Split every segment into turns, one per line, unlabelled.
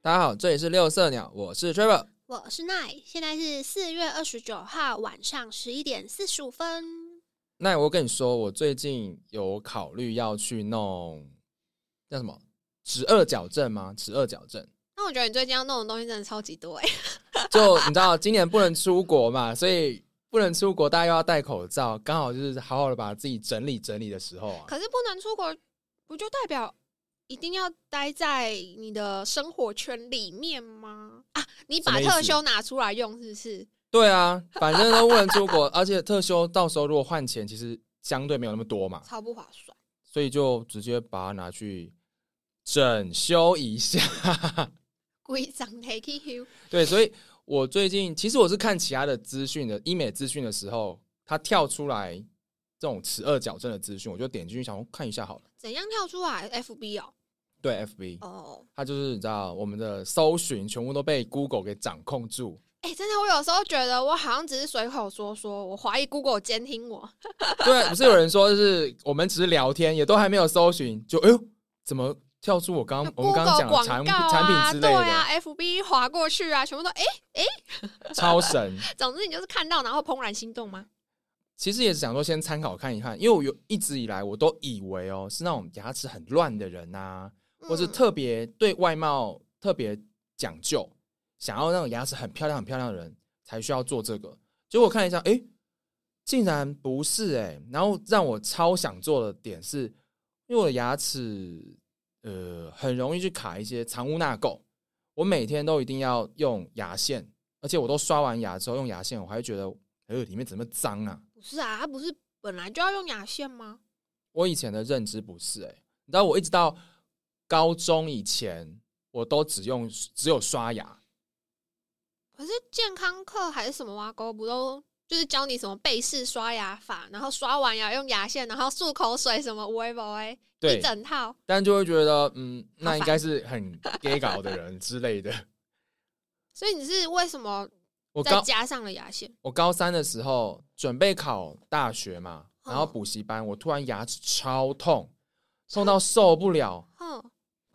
大家好，这里是六色鸟，我是 Trevor。
我是奈，现在是四月二十九号晚上十一点四十五分。
那我跟你说，我最近有考虑要去弄叫什么十二矫正吗？十二矫正，
那我觉得你最近要弄的东西真的超级多哎、
就你知道今年不能出国嘛， 所以不能出国，大家又要戴口罩，刚好就是好好的把自己整理整理的时候啊。
可是不能出国，不就代表一定要待在你的生活圈里面吗？啊，你把
什么意思
特休拿出来用是不是？
对啊，反正都不能出国， 而且特休到时候如果换钱，其实相对没有那么多嘛，
超不划算。
所以就直接把它拿去整修一下。
规章 take you，
对，所以我最近其实我是看其他的资讯的医美资讯的时候，它跳出来这种齿颚矫正的资讯，我就点进去想说看一下好了。
怎样跳出来？FB 哦，
对，FB
哦，
它就是你知道我们的搜寻全部都被 Google 给掌控住，
哎、真的，我有时候觉得我好像只是随口说说，我怀疑 Google 监听我。
对，不是有人说就是我们只是聊天，也都还没有搜寻，就哎呦怎么跳出我刚
就
我们刚刚
Google
讲的
广
产
告
品、
啊，
产品之类
对
的，
啊，FB 划过去啊，全部都哎、
超神。
总之你就是看到然后怦然心动吗？
其实也是想说先参考看一看，因为我有一直以来我都以为哦是那种牙齿很乱的人啊呐、或是
嗯
特别对外貌特别讲究，想要那种牙齿很漂亮、很漂亮的人才需要做这个。结果我看一下，诶，竟然不是诶。然后让我超想做的点是，因为我的牙齿呃很容易去卡一些藏污纳垢，我每天都一定要用牙线，而且我都刷完牙之后用牙线，我还会觉得呃里面怎么脏啊？
不是啊，它不是本来就要用牙线吗？
我以前的认知不是诶、欸你知道我一直到高中以前，我都只用只有刷牙，
可是健康课还是什么挖沟，不都就是教你什么背式刷牙法，然后刷完牙用牙线，然后漱口水什么微博哎，一
对，
整套。
但就会觉得嗯，
好
那
烦
应该是很 gay 搞的人之类的。
所以你是为什么
我
再
高
加上了牙线？
我高三的时候准备考大学嘛，
嗯
然后补习班，我突然牙齿超痛，痛到受不了，
哼，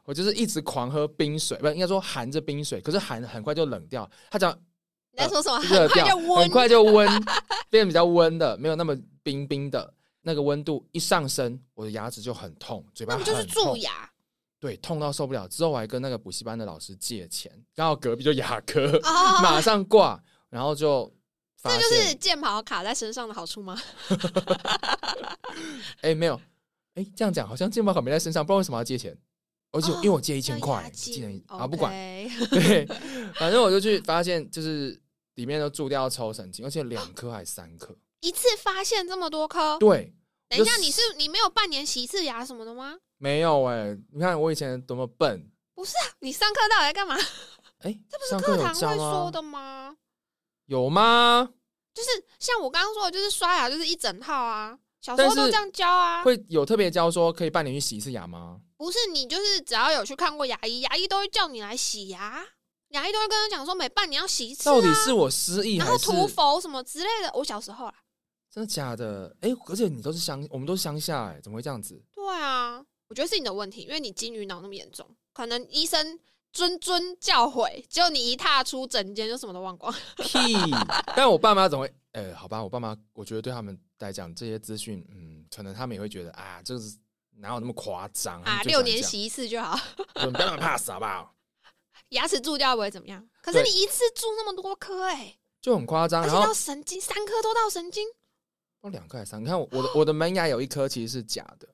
我就是一直狂喝冰水，不应该说含着冰水，可是含很快就冷掉，它只要
你在说什么？ 很
呃热
快
掉，
就
很
温，
快就温， 变比较温的，没有那么冰冰的。那个温度一上升，我的牙齿就很痛，嘴巴
那不
很
就是蛀
痛，
牙
对，痛到受不了。之后我还跟那个补习班的老师借钱，刚好隔壁就牙科，
哦？
马上挂，然后就发
这
现，
就是健保卡在身上的好处吗？
哎、没有，哎、这样讲好像健保卡没在身上，不知道为什么要借钱，而且、
哦
因为我借一千块，竟然啊不管，对，反正我就去发现，就是里面都注掉抽神经，而且两颗还三颗，
一次发现这么多颗，
对，
哦等一下
我就
你是你没有半年洗一次牙什么的吗？
没有哎、你看我以前多么笨，
你上课到底 在干嘛？
哎、这不是
课堂会说的吗？
有吗？
就是像我刚刚说的，就是刷牙就是一整套啊，小时候
但是
都这样教啊。
会有特别教说可以半年去洗一次牙吗？
不是你就是只要有去看过牙医，牙医都会叫你来洗牙，牙医都会跟他讲说每半年要洗一次、啊，
到底是我失忆
然
还
后
是
涂氟什么之类的。我小时候啦，啊
真的假的？哎、而且你都是乡，我们都是乡下、哎，怎么会这样子？
对啊，我觉得是你的问题，因为你金鱼脑那么严重，可能医生谆谆教诲，结果你一踏出诊间就什么都忘
啊
光。
屁！ 但我爸妈总会，哎、好吧，我爸妈，我觉得对他们来讲这些资讯，嗯，可能他们也会觉得啊，这是哪有那么夸张
啊，六年，洗一次就好，
他们就喜欢这样你们不要那么怕死好不好？
牙齿蛀掉不会怎么样。可是
对
你一次蛀那么多颗、哎，
就很夸张，
而且
然后
到神经，三颗都到神经，
哦两颗还是三颗，你看我我的我的门牙有一颗其实是假的，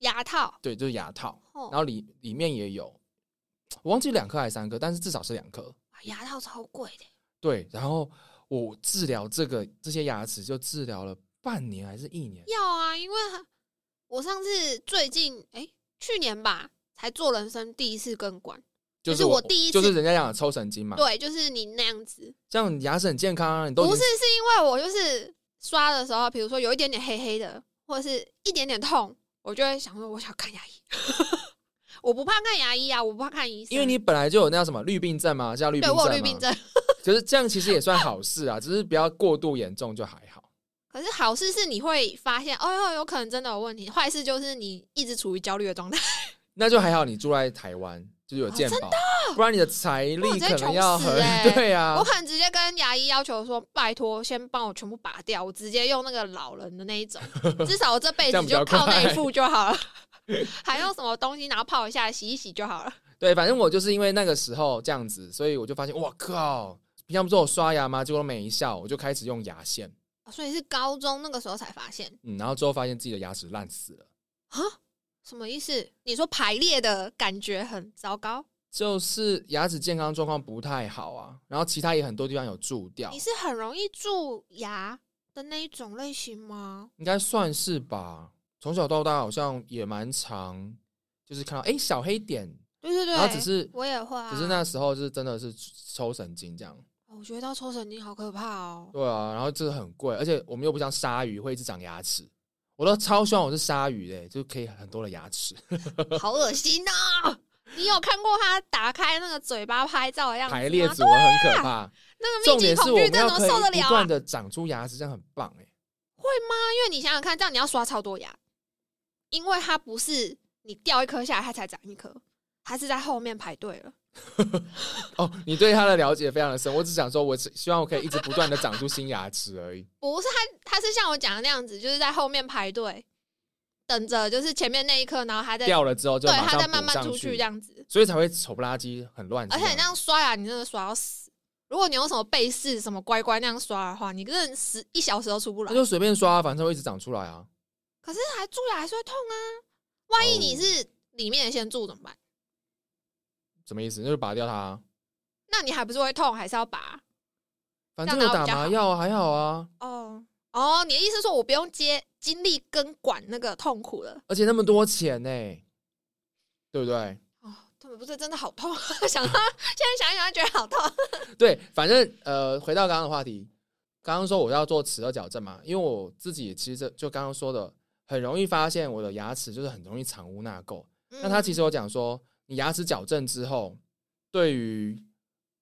牙套。
对，就是牙套，然
哦，
后里里面也有，我忘记两颗还是三颗，但是至少是两颗。
啊牙套超贵的，
对，然后我治疗这个这些牙齿就治疗了半年还是一年，
要啊，因为我上次最近哎、去年吧才做人生第一次根管，就是
是
我
我
第一
就
次
是人家讲的抽神经嘛，
对，就是你那样子，
这样你牙齿很健康啊啊，你都已
不
经
是是因为我就是刷的时候，比如说有一点点黑黑的，或者是一点点痛，我就会想说我想看牙医， 我不怕看牙医啊，我不怕看医生，
因为你本来就有那叫什么绿病症嘛，叫绿病
对
症啊
我
嘛，
有绿病症。
可是这样其实也算好事啊，只是不要过度严重就还好。
可是好事是你会发现，哦哟，有可能真的有问题；坏事就是你一直处于焦虑的状态。
那就还好，你住在台湾，就是有健保，不然你的财
啊
力
哇直接
可能要
穷
很
死欸
对
我
啊，
可能直接跟牙医要求说，拜托先帮我全部拔掉，我直接用那个老人的 那一种，至少我这辈
这
子
样比
就
较
靠那
快
一副就好了， 还用什么东西然后泡一下洗一洗就好了。
对，反正我就是因为那个时候这样子，所以我就发现，哇靠！平常不是我刷牙吗？结果每一笑，我就开始用牙线，
哦所以是高中那个时候才发现，
嗯，然后之后发现自己的牙齿烂死了，
啊什么意思？你说排列的感觉很糟糕，
就是牙齿健康状况不太好啊。然后其他也很多地方有蛀掉
你，是很容易蛀牙的那一种类型吗？
应该算是吧。从小到大好像也蛮长，就是看到哎、诶小黑点，
对对对，
然后只是
我也会、啊，
只是那时候就是真的是抽神经这样。
我觉得到抽神经好可怕 哦。
对啊，然后这很贵，而且我们又不像鲨鱼会一直长牙齿，我都超希望我是鲨鱼的、就可以很多的牙齿。
好恶心啊！你有看过他打开那个嘴巴拍照的样子啊吗？
排列组合很可怕，
那个
重
密集
点是
恐
我
惧
们
症
要
能
可以
受得
不
了啊？
断的长出牙齿，这样很棒哎、
因为你想想看，这样你要刷超多牙，因为它不是你掉一颗下来它才长一颗，它是在后面排队了。
哦，你对它的了解非常的深，我只想说，我只希望我可以一直不断的长出新牙齿而已。
不是它，它是像我讲的那样子，就是在后面排队，等着就是前面那一颗，然后它在
掉了之后就
对
马
它
上
再慢
补
慢
上
出去这样子。
所以才会丑不拉几，很乱。
而且你
是
那
吗
样刷牙，你真的刷到死。如果你用什么贝氏、什么乖乖那样刷的话，你真的十一小时都出不来
那。就随便刷，反正会一直长出来啊。
可是还蛀牙还是会痛啊！万一
哦
你是里面先蛀怎么办？
什么意思？那就拔掉它啊、
那你还不是会痛，还是要拔？
反正有打
这样哪
麻
有比
药啊还好啊，
哦哦，你的意思是说我不用接经历跟管那个痛苦了？
而且那么多钱呢、对不对？
哦，他们不是真的好痛，啊 想到现在想一想觉得好痛。
对，反正呃，回到刚刚的话题，刚刚说我要做齿颚矫正嘛，因为我自己其实就刚刚说的，很容易发现我的牙齿就是很容易藏污纳垢。那他其
实
实有讲说，你牙齿矫正之后，对于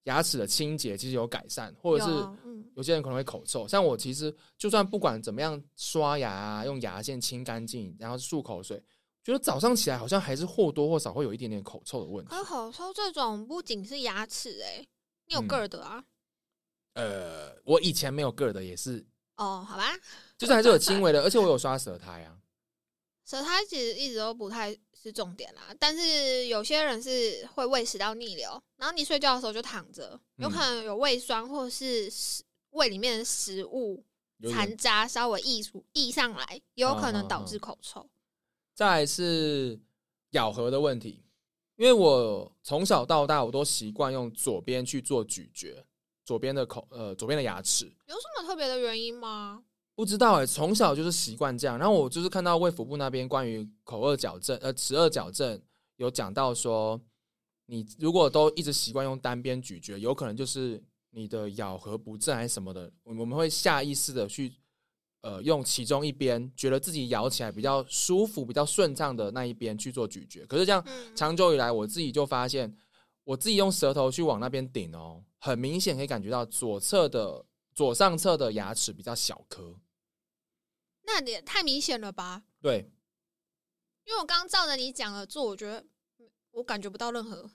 牙齿的清洁其实有改善，或者是
嗯，
有些人可能会口臭，像我其实就算不管怎么样刷牙啊，用牙线清干净，然后漱口水，觉得早上起来好像还是或多或少会有一点点口臭的问题
可。是口臭这种不仅是牙齿哎、你有
嗯
个儿的啊？
呃，我以前没有个的也是
哦，好吧，
就是还是有轻微的，而且我有刷舌苔啊。
舌苔其实一直都不太是重点啦，但是有些人是会胃食道逆流，然后你睡觉的时候就躺着，
嗯
有可能有胃酸或是食胃里面的食物
有点嗯
残渣稍微溢出溢上来，也有可能导致口臭。
再来是咬合的问题，因为我从小到大我都习惯用左边去做咀嚼，左边的口呃左边的牙齿，
有什么特别的原因吗？
不知道哎、从小就是习惯这样。然后我就是看到卫福部那边关于口颚矫正呃齿颚矫正有讲到说，你如果都一直习惯用单边咀嚼，有可能就是你的咬合不正还是什么的，我我们会下意识的去呃用其中一边，觉得自己咬起来比较舒服、比较顺畅的那一边去做咀嚼。可是这样
嗯，
长久以来，我自己就发现，我自己用舌头去往那边顶哦，很明显可以感觉到左侧的左上侧的牙齿比较小颗。
那也太明显了吧？
对，
因为我刚刚照着你讲的做，我觉得我感觉不到任何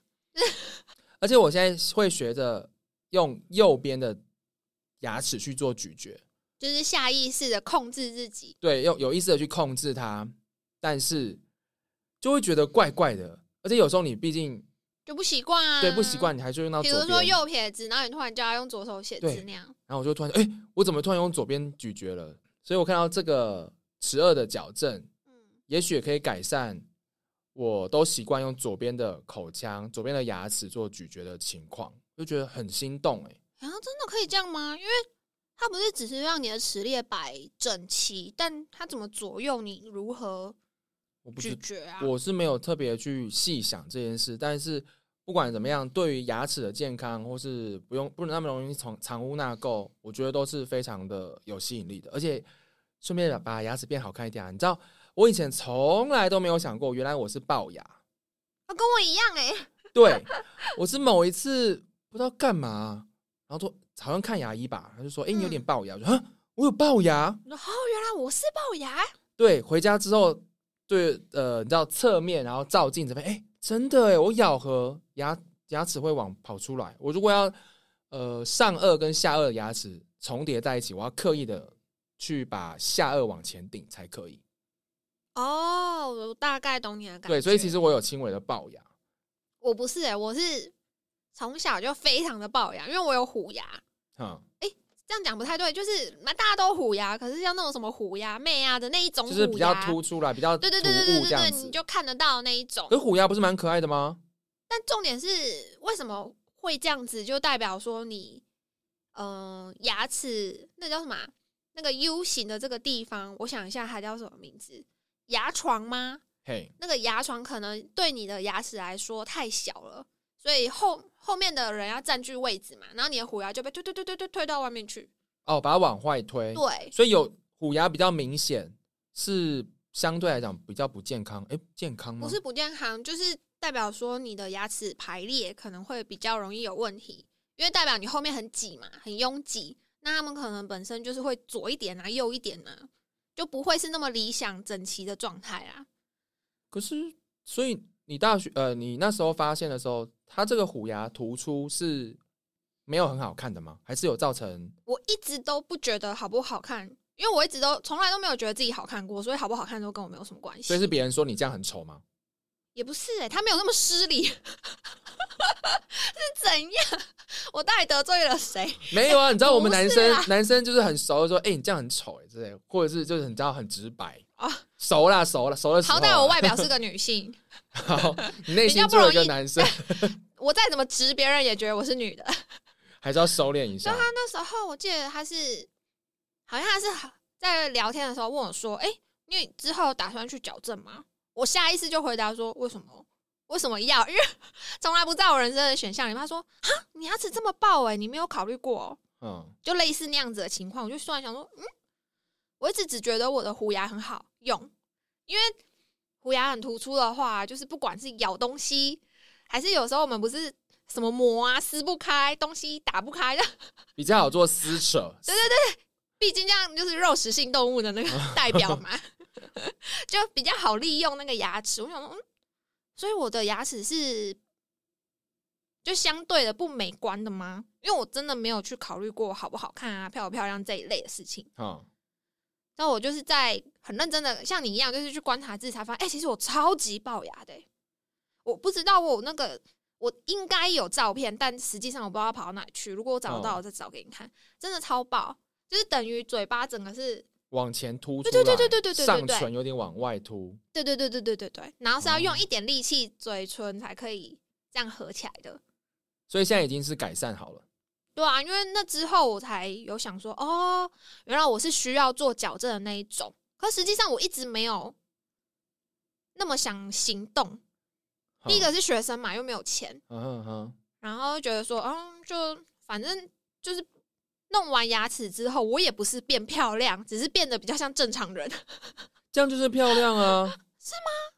而且我现在会学着用右边的牙齿去做咀嚼，
就是下意识的控制自己。
对，用有意识的去控制它，但是就会觉得怪怪的。而且有时候你毕竟
就不习惯啊，
对不习惯，你还是会用到
比
左
如
边。
说右撇子，然后你突然叫他用左手写字
对
那样，
然后我就突然，哎、我怎么突然用左边咀嚼了？所以我看到这个齿颚的矫正，
嗯，
也许也可以改善，我都习惯用左边的口腔、左边的牙齿做咀嚼的情况，就觉得很心动哎、
然后啊真的可以这样吗？因为它不是只是让你的齿列摆整齐，但它怎么左右你如何
我不
咀
知
嚼啊？
我是没有特别去细想这件事，但是不管怎么样，对于牙齿的健康，或是不用不能那么容易藏藏污纳垢，我觉得都是非常的有吸引力的，而且顺便把牙齿变好看一点啊！你知道，我以前从来都没有想过，原来我是龅牙。
啊跟我一样哎、
对，我是某一次不知道干嘛，然后说好像看牙医吧，他就说：“哎、你有点龅牙。”我说：“啊，我有龅牙。
我说哦，原来我是龅牙，”
对，回家之后，对，呃，你知道侧面，然后照镜子，发现哎，真的哎，我咬合牙牙齿会往跑出来。我如果要呃上颚跟下颚的牙齿重叠在一起，我要刻意的去把下颚往前顶才可以。
哦，我大概懂你的感觉。
对，所以其实我有轻微的龅牙。
我不是、欸，我是从小就非常的龅牙，因为我有虎牙。
嗯，
这样讲不太对，就是蛮大家都虎牙，可是像那种什么虎牙、妹啊的那一种
就
虎牙，
是比较突出来，比较突
对
兀
对对对对对
这样
对，
子
你。就看得到那一种
可。是虎牙不是蛮可爱的吗？
但重点是为什么会这样子，就代表说你，呃，牙齿那叫什么啊、那个 U 型的这个地方，我想一下它叫什么名字？牙床吗？
嘿，
那个牙床可能对你的牙齿来说太小了，所以后后面的人要占据位置嘛，然后你的虎牙就被推推推推推推到外面去。
哦，把它往外推。
对，
所以有虎牙比较明显，是相对来讲比较不健康。哎、健康吗？
不是不健康，就是代表说你的牙齿排列可能会比较容易有问题，因为代表你后面很挤嘛，很拥挤。那他们可能本身就是会左一点啊，右一点啊，就不会是那么理想整齐的状态啊。
可是，所以你大学呃，你那时候发现的时候，它这个虎牙突出是没有很好看的吗？还是有造成？
我一直都不觉得好不好看，因为我一直都从来都没有觉得自己好看过，所以好不好看都跟我没有什么关系。
所以是别人说你这样很丑 吗？
也不是哎、他没有那么失礼， 是怎样？我到底得罪了谁？
没有啊，你知道我们
不是
男生
啦
男生就是很熟的说，哎、你这样很丑哎、之类的，或者是就是你知道很直白
哦
熟啦熟啦熟的时候
好
啊，
歹我外表是个女性，
好，你内
比
心
较不
做
容
了
易
一个男 生，
我再怎么直，别人也觉得我是女的。
还是要收敛一下。
那时候我记得他是，好像他是在聊天的时候问我说：“哎、你之后打算去矫正吗？”我下意识就回答说：“为什么？为什么要？因 为从来不在我人生的选项里。”他说：“啊，你牙齿这么爆哎、你没有考虑过、哦？”
嗯，
就类似那样子的情况，我就突然想说，嗯，我一直只觉得我的虎牙很好用，因为虎牙很突出的话，就是不管是咬东西，还是有时候我们不是什么磨啊撕不开，东西打不开，
比较好做撕扯，
毕竟这样就是肉食性动物的那个 代表嘛，就比较好利用那个牙齿。我想说，嗯，所以我的牙齿是就相对的不美观的吗？因为我真的没有去考虑过好不好看啊、漂不漂亮这一类的事情。
嗯，
但我就是在很认真的像你一样，就是去观察自己，才发现，哎、其实我超级龅牙的欸、我不知道我有那个，我应该有照片，但实际上我不知道跑到哪里去。如果我找得到，
哦
我再找给你看。真的超爆，就是等于嘴巴整个是，
往前突出来，
对对对对对对对对
上唇有点往外凸，
对对对对对对对，然后是要
哦
用一点力气，嘴唇才可以这样合起来的。
所以现在已经是改善好了。
对啊，因为那之后我才有想说，哦，原来我是需要做矫正的那一种。可实际上我一直没有那么想行动，
嗯
第一个，是学生嘛，又没有钱，
嗯哼哼，
然后觉得说，嗯，就反正就是弄完牙齿之后，我也不是变漂亮，只是变得比较像正常人，
这样就是漂亮啊？ 是吗？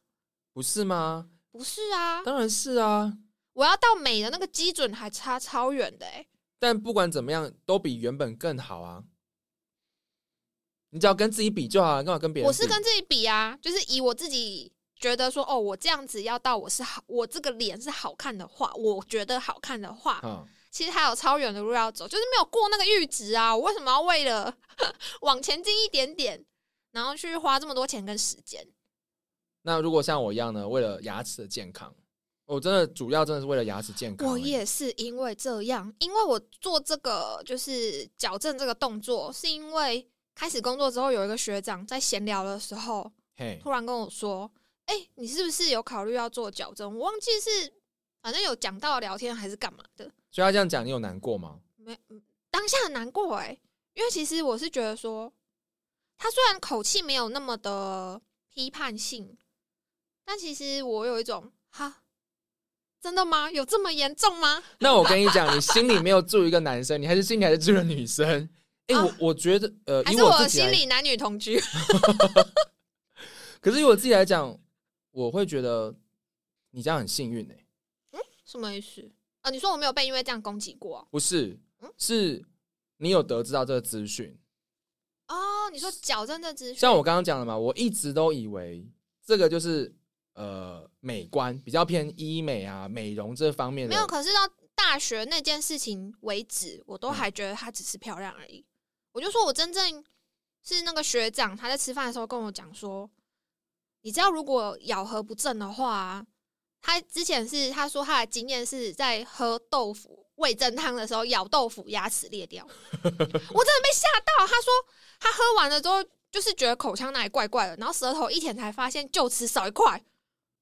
不是吗？
不是啊？
当然是啊。
我要到美的那个基准还差超远的哎、
但不管怎么样，都比原本更好啊。你只要跟自己比就好啊了，干嘛跟别人
我
比？
是跟自己比啊，就是以我自己觉得说，哦，我这样子要到我是好，我这个脸是好看的话，我觉得好看的话，
嗯，
其实还有超远的路要走，就是没有过那个阈值啊！我为什么要为了 往前进一点点，然后去花这么多钱跟时间？
那如果像我一样呢？为了牙齿的健康，我真的主要真的是为了牙齿健康而已。
我也是因为这样，因为我做这个就是矫正这个动作，是因为开始工作之后，有一个学长在闲聊的时候，
嘿，
突然跟我说：“哎、你是不是有考虑要做矫正？”我忘记是反正有讲到聊天还是干嘛的，
所以他这样讲，你有难过吗？
当下很难过哎、因为其实我是觉得说，他虽然口气没有那么的批判性，但其实我有一种哈，真的吗？有这么严重吗？
那我跟你 讲，你心里没有住一个男生，你还是心里还是住了女生。哎、
啊
我我觉得，呃，
还
以
是我
自己
心
来
里男女同居？
可是以我自己来讲，我会觉得你这样很幸运欸呢、
什么意思？啊，你说我没有被因为这样攻击过
不是
嗯，
是你有得知到这个资讯。
哦？你说矫正这资讯
像我刚刚讲的嘛，我一直都以为这个就是呃美观，比较偏医美啊、美容这方面的。
没有，可是到大学那件事情为止，我都还觉得她只是漂亮而已。我就说我真正是那个学长，他在吃饭的时候跟我讲说，你知道如果咬合不正的话啊，他之前是他说他的经验是在喝豆腐味噌汤的时候咬豆腐牙齿裂掉，我真的被吓到。他说他喝完了之后。就是觉得口腔那里怪怪的，然后舌头一舔才发现臼齿少一块，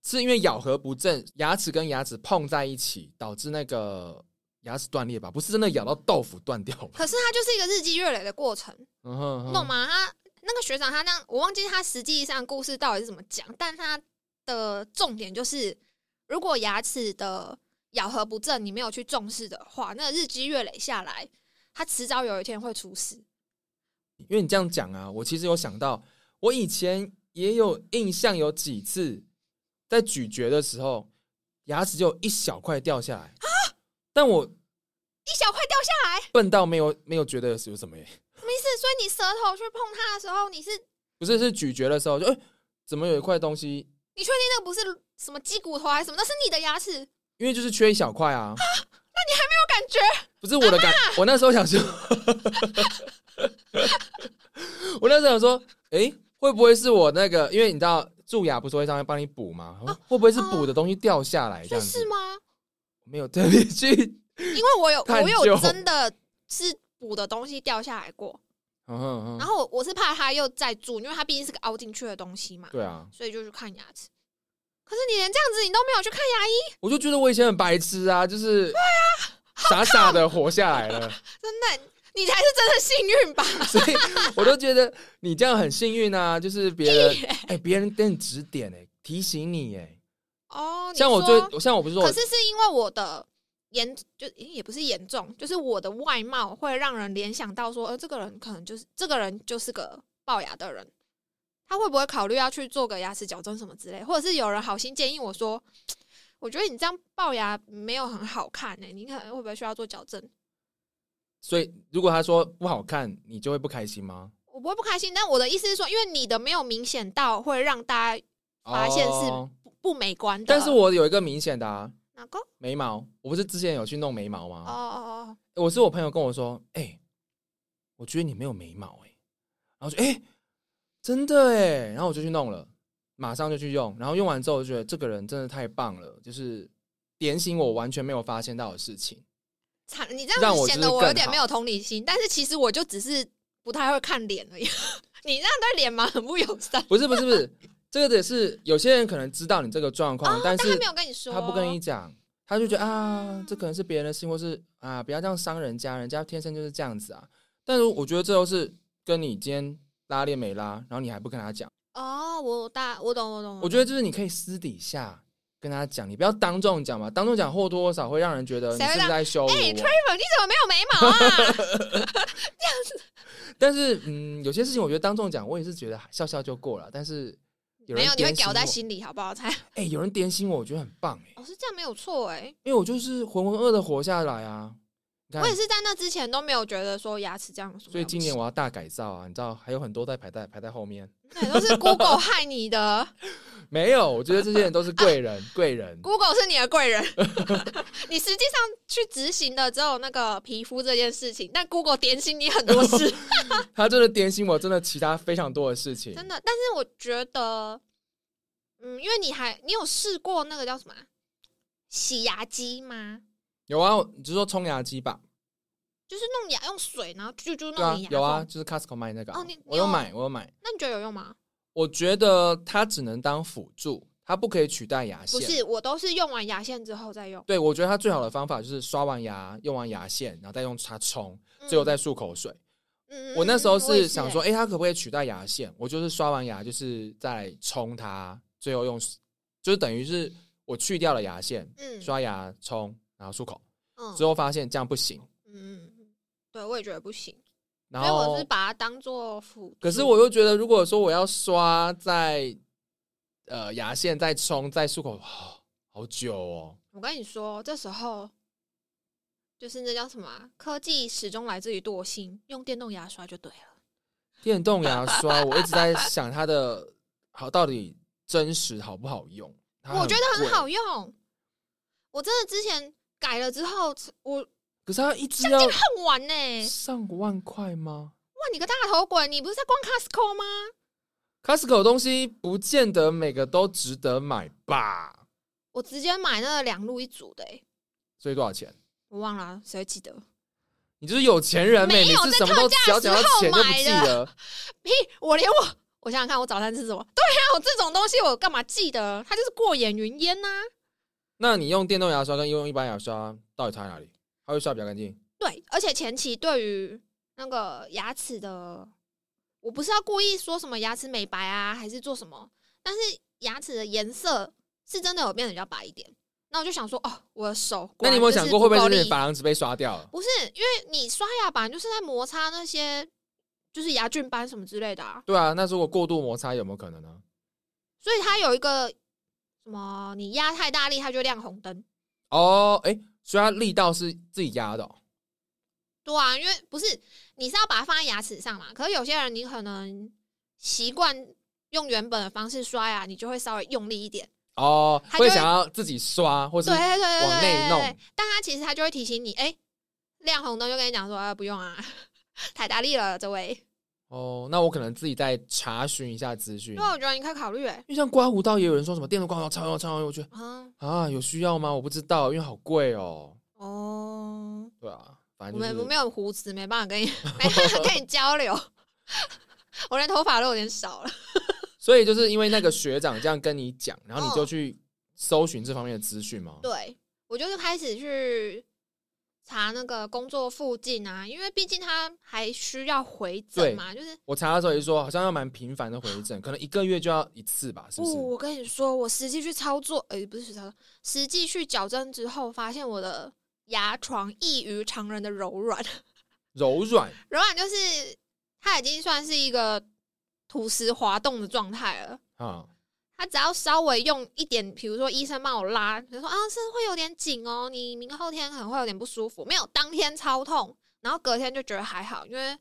是因为咬合不正，牙齿跟牙齿碰在一起，导致那个牙齿断裂吧？不是真的咬到豆腐断掉吧？
可是它就是一个日积月累的过程，
嗯哼
你
哼
懂吗？他那个学长他那样，我忘记他实际上故事到底是怎么讲，但他的重点就是，如果牙齿的咬合不正，你没有去重视的话，那日积月累下来，它迟早有一天会出事。
因为你这样讲啊，我其实有想到，我以前也有印象有几次在咀嚼的时候，牙齿就有一小块掉下来，
啊
但我
一小块掉下来，
笨到没有没有觉得有什么耶，
没事。所以你舌头去碰它的时候，你是
不是是咀嚼的时候就哎、怎么有一块东西？
你确定那个不是什么鸡骨头还是什么？那是你的牙齿，没
因为就是缺一小块啊，
有感觉。
不是我的感，我那时候想说，我那时候想说，诶，会不会是我那个？因为你知道蛀牙不是会上面帮你补吗？会不会是补的东西掉下来这
是
样子
是？吗？
没有特别去，
因为我有
探
我有
究
真的是补的东西掉下来过，
嗯哼嗯
然
哼，
后我我是怕它又再蛀，因为它毕竟是个凹进去的东西嘛，
对啊，
所以就去看牙齿。可是你连这样子你都没有去看牙医，
我就觉得我以前很白痴啊，就是对啊，傻傻的活下来了，
真的，你才是真的幸运吧？
所以我都觉得你这样很幸运啊，就是别人哎，别、人给你指点哎、提醒你哎、
哦，你
像我
说
最像我不是说我
可是是因为我的严就诶也不是严重，就是我的外貌会让人联想到说，呃，这个人可能就是这个人就是个龅牙的人，他会不会考虑要去做个牙齿矫正什么之类，或者是有人好心建议我说，我觉得你这样龅牙没有很好看呢、你可能会不会需要做矫正？
所以如果他说不好看，你就会不开心吗？
我不会不开心，但我的意思是说，因为你的没有明显到会让大家发现是
哦
不不美观的。
但是我有一个明显的啊，
哪个？
眉毛，我不是之前有去弄眉毛吗
哦？哦
我是我朋友跟我说，哎、我觉得你没有眉毛哎、然后我就哎、真的哎、然后我就去弄了，马上就去用，然后用完之后我就觉得这个人真的太棒了，就是点醒我完全没有发现到的事情。
惨！你这样
让
子
我
显
就是
得我
更
有点没
好
有同理心，但是其实我就只是不太会看脸而已。 你这样对脸盲很不友善，
不是不是不是，这个也是有些人可能知道你这个状况，但
哦但他
是
没有跟你说，
他不跟你讲，他就觉得啊，这可能是别人的事情，或是啊，不要这样伤人家，人家天生就是这样子啊。但是我觉得这都是跟你今天拉链没拉，然后你还不跟他讲，
哦，我大我懂我懂，
我觉得就是你可以私底下跟他讲，你不要当众讲嘛，当众讲或多或少会让人觉得你
谁会
是不是在羞辱
哎
哦我。
，Trevor 你怎么没有眉毛啊？
但是嗯，有些事情我觉得当众讲，我也是觉得笑笑就过了。但是 有
没
人
有，你会
点醒
搞在
我，
心里好不好？才
哎、有人点醒我，我觉得很棒哎、
哦是这样没有错哎，
因为我就是浑浑噩的活下来啊。你看
我也是在那之前都没有觉得说牙齿这样有什么了不起，
所以今年我要大改造啊，你知道还有很多在排在排在后面。
那也都是 Google 害你的
没有，我觉得这些人都是贵 人，
啊
贵人。
，Google 是你的贵人， 你实际上去执行的只有那个皮肤这件事情，但 Google 点醒你很多事。
他真的点醒我，真的其他非常多的事情。
真的，但是我觉得，嗯，因为你还你有试过那个叫什么啊洗牙机吗？
有啊，你就说冲牙机吧，
就是弄牙用水，然后就就
对啊
弄你牙、，
有啊，。就是 Costco 卖那个啊、
哦你你
我有
有
买，我有买。
那你觉得有用吗？
我觉得它只能当辅助，它不可以取代牙
不
线。
是，我都是用完牙线之后再用。嗯
对，我觉得它最好的方法就是刷完牙，用完牙线，然后再用它冲，
嗯
最后再漱口水。
嗯嗯
我那时候
嗯我也
是想说，
欸
哎、它可不可以取代牙线？我就是刷完牙，就是再冲它，最后用，就是等于是我去掉了牙线，
嗯
刷牙、冲，然后漱口，
嗯
之后发现这样不行。
嗯，嗯嗯对我也觉得不行，
然
所以我
后
是，把它当做辅。
可是我又觉得，如果说我要刷在呃牙线再冲再漱口， 好好久哦。
我跟你说，这时候就是那叫什么啊、科技始终来自于惰性，用电动牙刷就对了。
电动牙刷，我一直在想它的好到底真实好不好用。它
我觉得很
贵
好，用。我真的之前改了之后，我
可是它一支要
很玩呢、
上万块吗
哇，你个大头鬼，你不是在逛 Costco 吗？
？Costco 的东西不见得每个都值得买吧？
我直接买那个两路一组的、欸，
所以多少钱？
我忘了啊，谁会记得？
你就是有钱人呗、
没
你
有
是什么都只要讲到钱就不记
在特价时
得。
屁，我连我我想想看，我早餐吃什么？对呀、我这种东西我干嘛记得？它就是过眼云烟呐、
那你用电动牙刷跟用一般牙刷到底差在哪里？它会刷比较干净？
对，而且前期对于那个牙齿的，我不是要故意说什么牙齿美白啊，还是做什么，但是牙齿的颜色是真的有变得比较白一点。那我就想说，哦，我的手，果
那你有
然
没有
就是
想过会不会
够
是你
力
珐琅质被刷掉了？
不是，因为你刷牙本来就是在摩擦那些就是牙菌斑什么之类的啊，
对啊，那如果过度摩擦有没有可能呢？
所以它有一个什么，你压太大力它就会亮红灯。
哦，哎、所以它力道是自己压的、哦，
对啊，因为不是你是要把它放在牙齿上嘛，可是有些人你可能习惯用原本的方式刷牙，你就会稍微用力一点。
哦，
它就
会
会
想要自己刷，或是
对对对对
嗯往内
对对
弄
对，但它其实它就会提醒你，哎、亮红灯就跟你讲说，啊，不用啊， 太大力了，这位。
哦，那我可能自己再查询一下资讯
因为。我觉得你可以考虑、哎，
因为像刮胡刀也有人说什么电动刮胡刀超用超用，我觉得
嗯，
啊有需要吗？我不知道，因为好贵哦。
哦，
对啊，反
我
正就
们我没
是
有胡子，没办 法跟你没办法跟你交流， 我连头发都有点少了。
所以就是因为那个学长这样跟你讲，然后你
哦
就去搜寻这方面的资讯吗？
对我就是开始去查那个工作附近啊，因为毕竟他还需要回
对
诊嘛，就是
我查的时候也是说，好像要蛮频繁的回诊，可能一个月就要一次吧，是
不、
不是？
哦我跟你说，我实际去操作，呃，不是实操作，实际去矫正之后，发现我的牙床异于常人的柔软，
柔软
柔软就是它已经算是一个土石滑动的状态了。
啊，
他只要稍微用一点，比如说医生帮我拉，比如说啊是会有点紧哦，你明后天可能会有点不舒服，没有当天超痛，然后隔天就觉得还好，因为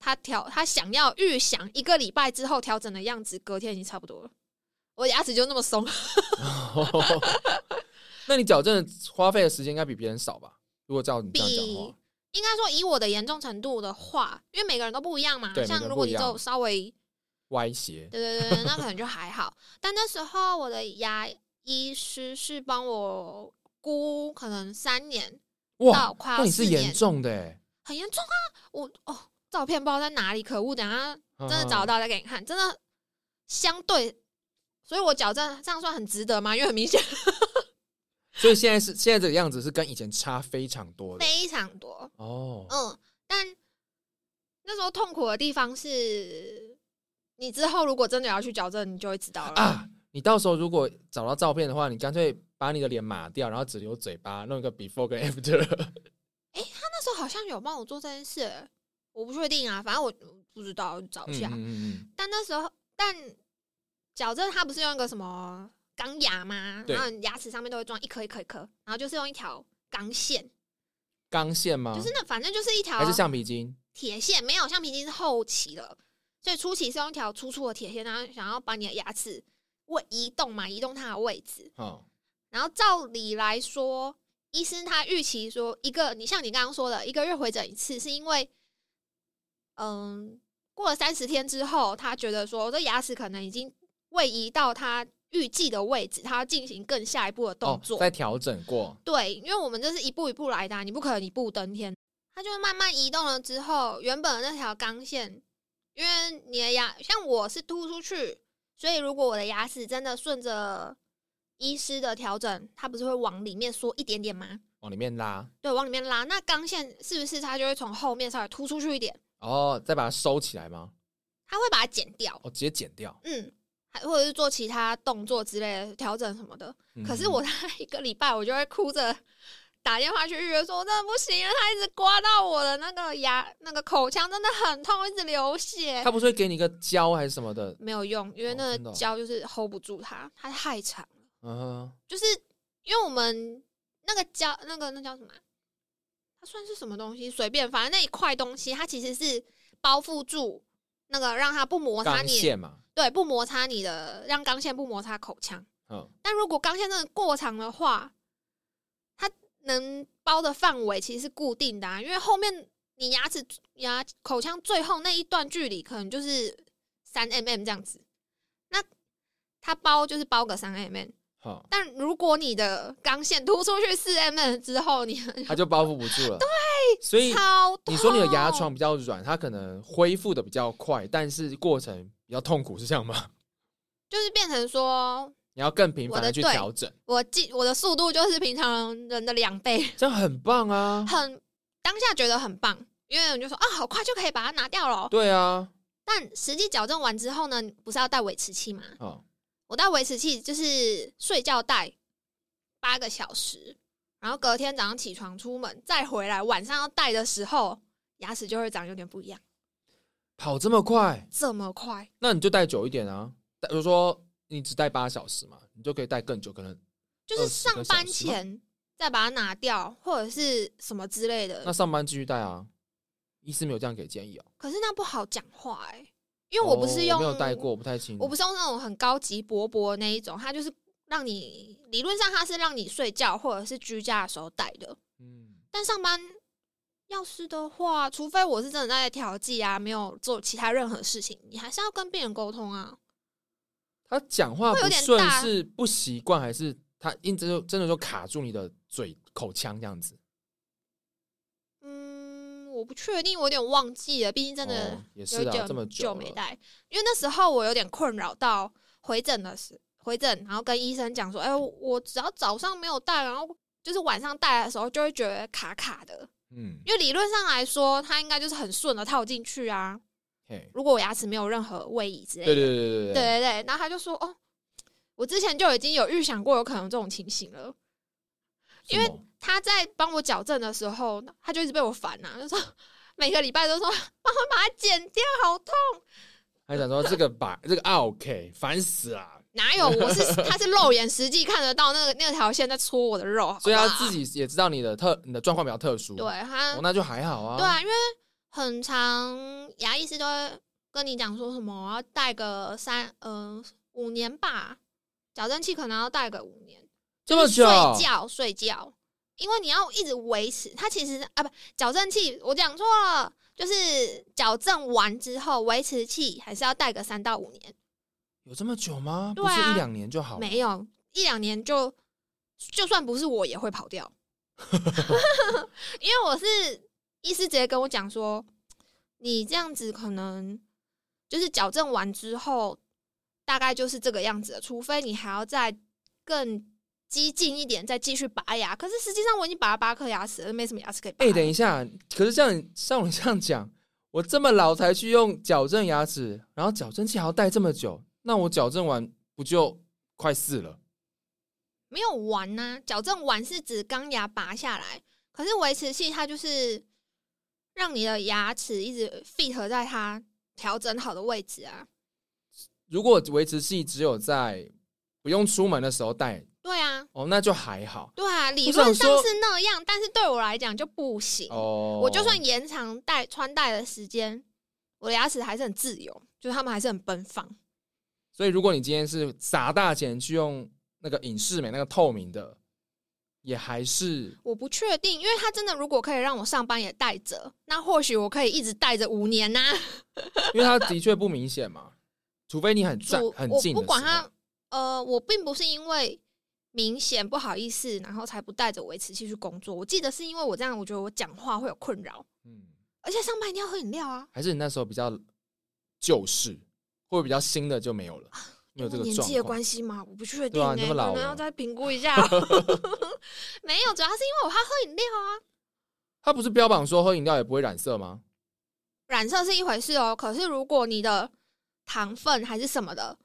他调他想要预想一个礼拜之后调整的样子，隔天已经差不多了。我牙齿就那么松，
那你矫正的花费的时间应该比别人少吧？如果照你这样讲的
比
话，
应该说以我的严重程度的话，因为每个人都不一样嘛
对，每
像
个人
如果
不一
你只有
样
稍微
歪斜
对对对对，那可能就还好。但那时候我的牙医师是帮我估，可能三年
哇
到，快
那
要
你是
四
严
年
重的哎、
很严重啊！我哦，照片不知道在哪里，可恶！等一下
欸，
真的找
到。
到再给你看，真的相对，所以我矫正这样算很值得吗？因为很 明显
所以现在是现在这个样子是跟以前差非常多的
非常多，
哦。
嗯，但那时候痛苦的地方是，你之后如果真的要去矫正，你就会知道了。
啊，你到时候如果找到照片的话，你干脆把你的脸抹掉，然后只留嘴巴，弄一个 before 跟 after。
他那时候好像有帮我做这件事、我不确定啊，反正我不知道，找一下。
嗯
但那时候，但矫正它不是用一个什么钢牙吗？
对
然后你牙齿上面都会装一颗一颗一颗，然后就是用一条钢线，
钢线吗？
就是那啊反正就是一条
还是橡皮筋？
铁线，没有橡皮筋是后期了，所以初期是用一条粗粗的铁线，然后想要把你的牙齿位移动嘛，移动它的位置。
哦，
然后照理来说，医生他预期说，一个你像你刚刚说的，一个月回诊一次，是因为，嗯，过了三十天之后，他觉得说这牙齿可能已经位移到他预计的位置，他要进行更下一步的动
哦
作。，
在调整过。
对，因为我们这是一步一步来的啊、你不可能一步登天。它就是慢慢移动了之后，原本的那条钢线，因为你的牙像我是凸出去，所以如果我的牙齿真的顺着医师的调整，它不是会往里面缩一点点吗？
往里面拉，
对，往里面拉，那钢线是不是它就会从后面稍微凸出去一点？
哦，再把它收起来吗？
它会把它剪掉，
哦，直接剪掉。
嗯，还或者是做其他动作之类的调整什么的。
嗯
可是我大概一个礼拜，我就会哭着打电话去预约，说我真的不行了，他一直刮到我的那个牙、那个口腔，真的很痛，一直流血
他，不是会给你一个胶还是什么的？
没有用，因为
哦
那
真的
个
哦
胶就是 hold 不住它，它太长了，
嗯哼，
就是因为我们那个胶、那个那叫什么啊、它算是什么东西？随便，反正那一块东西，它其实是包覆住那个让它不摩擦
钢
你，
线嘛。
对，不摩擦你的，让钢线不摩擦口腔。
嗯，
但如果钢线真的过长的话，它能包的范围其实是固定的、啊，因为后面你牙齿、牙口腔最后那一段距离可能就是三 mm 这样子，那它包就是包个三 mm。
好，
但如果你的钢线突出去四 mm 之后，你
它就包覆不住 了。对，所以
超痛
你说你的牙床比较软，它可能恢复的比较快，但是过程比较痛苦，是这样吗？
就是变成说
你要更频繁
我
的
的
去
对
调整，
我进我的速度就是平常人的两倍，
这样很棒啊！
很当下觉得很棒，因为你就说啊，好快就可以把它拿掉了。哦
对啊，
但实际矫正完之后呢，你不是要戴维持器吗？
好，
我戴维持器就是睡觉戴八个小时，然后隔天早上起床出门再回来，晚上要戴的时候，牙齿就会长有点不一样。
跑这么快，
这么快？
那你就戴久一点啊。戴比如说你只戴八小时嘛，你就可以戴更久，可能
就是
20
上
个
班
小时吗
前再把它拿掉，或者是什么之类的
那。上班继续戴啊。医师没有这样给建议哦，
可是那不好讲话哎、因为我不是
哦
用、
我没有戴过，我不太清。
我不是用那种很高级薄薄的那一种，它就是让你理论上它是让你睡觉或者是居家的时候戴的，
嗯，
但上班要是的话，除非我是真的在调剂啊，没有做其他任何事情，你还是要跟病人沟通啊。
他讲话
会有
不
点
顺
大
是不习惯，还是他一直就真的就卡住你的嘴口腔这样子？
嗯，我不确定，我有点忘记了，毕竟真的
哦、也
有
是
一
啊，
点
这么
久
了
没戴，因为那时候我有点困扰到回诊的时回诊，然后跟医生讲说，哎、我只要早上没有戴，然后就是晚上戴的时候就会觉得卡卡的，
嗯，
因为理论上来说，它应该就是很顺的套进去啊。
嘿，
如果我牙齿没有任何位移之类
对对
的，
对对对
对对对然后他就说，哦，我之前就已经有预想过有可能有这种情形了。
什
因为
么
他在帮我矫正的时候，他就一直被我烦呐、就说 每个礼拜都说帮我把它剪掉，好痛。
还想说这个把 这个啊 OK 烦死了，
哪 有？我是他是肉眼实际看得到那个那条线在戳我的肉，好不好
所以啊他自己也知道你的特你的状况比较特殊，
对他、
哦，那就还好啊，
对啊，因为很长牙医师都会跟你讲说什么我要戴个三呃五年吧，矫正器可能要戴个五年，
这么久，
睡觉睡觉，因为你要一直维持。它其实啊不矫正器，我讲错了，就是矫正完之后维持器还是要戴个三到五年，
有这么久吗？
对
不
啊
是一两年就好，
没有一两年就就算不是我也会 跑掉，因为我是医师直接跟我讲说，你这样子可能就是矫正完之后大概就是这个样子了，除非你还要再更激进一点再继续拔牙。可是实际上我已经拔了八颗牙齿了，没什么牙齿可以拔
哎、
了。
等一下，可是像你像你这样讲，我这么老才去用矫正牙齿，然后矫正器还要戴这么久，那我矫正完不就快死了？
没有完呐、矫正完是指钢牙拔下来，可是维持器它就是让你的牙齿一直 fit 在它调整好的位置啊。
如果维持器只有在不用出门的时候戴，
对啊，
哦，那就还好
对啊，理
我想
论上
说
是那样，但是对我来讲就不行。
哦。
我就算延长戴穿戴的时间，我的牙齿还是很自由，就是它们还是很奔放。
所以，如果你今天是砸大钱去用那个隐适美那个透明的，也还是
我不确定，因为它真的如果可以让我上班也戴着，那或许我可以一直戴着五年呐、
因为它的确不明显嘛，除非你很站
我
很
我
近的
不管
时候
他，呃，我并不是因为明显不好意思，然后才不带着维持器去工作。我记得是因为我这样，我觉得我讲话会有困扰，
嗯，
而且上班一定要喝饮料啊。
还是你那时候比较旧式，或者比较新的就没有了，没有这
因
个
为啊年
状
纪的
况。
关系嘛，我不确定
对啊
呢、
你那么老
可能
了
要再评 估一下。 没有，主要是因为我怕喝饮料啊。
它不是标榜说喝饮料也不会染色吗？
染色是一回事哦，可是如果你的糖分还是什么的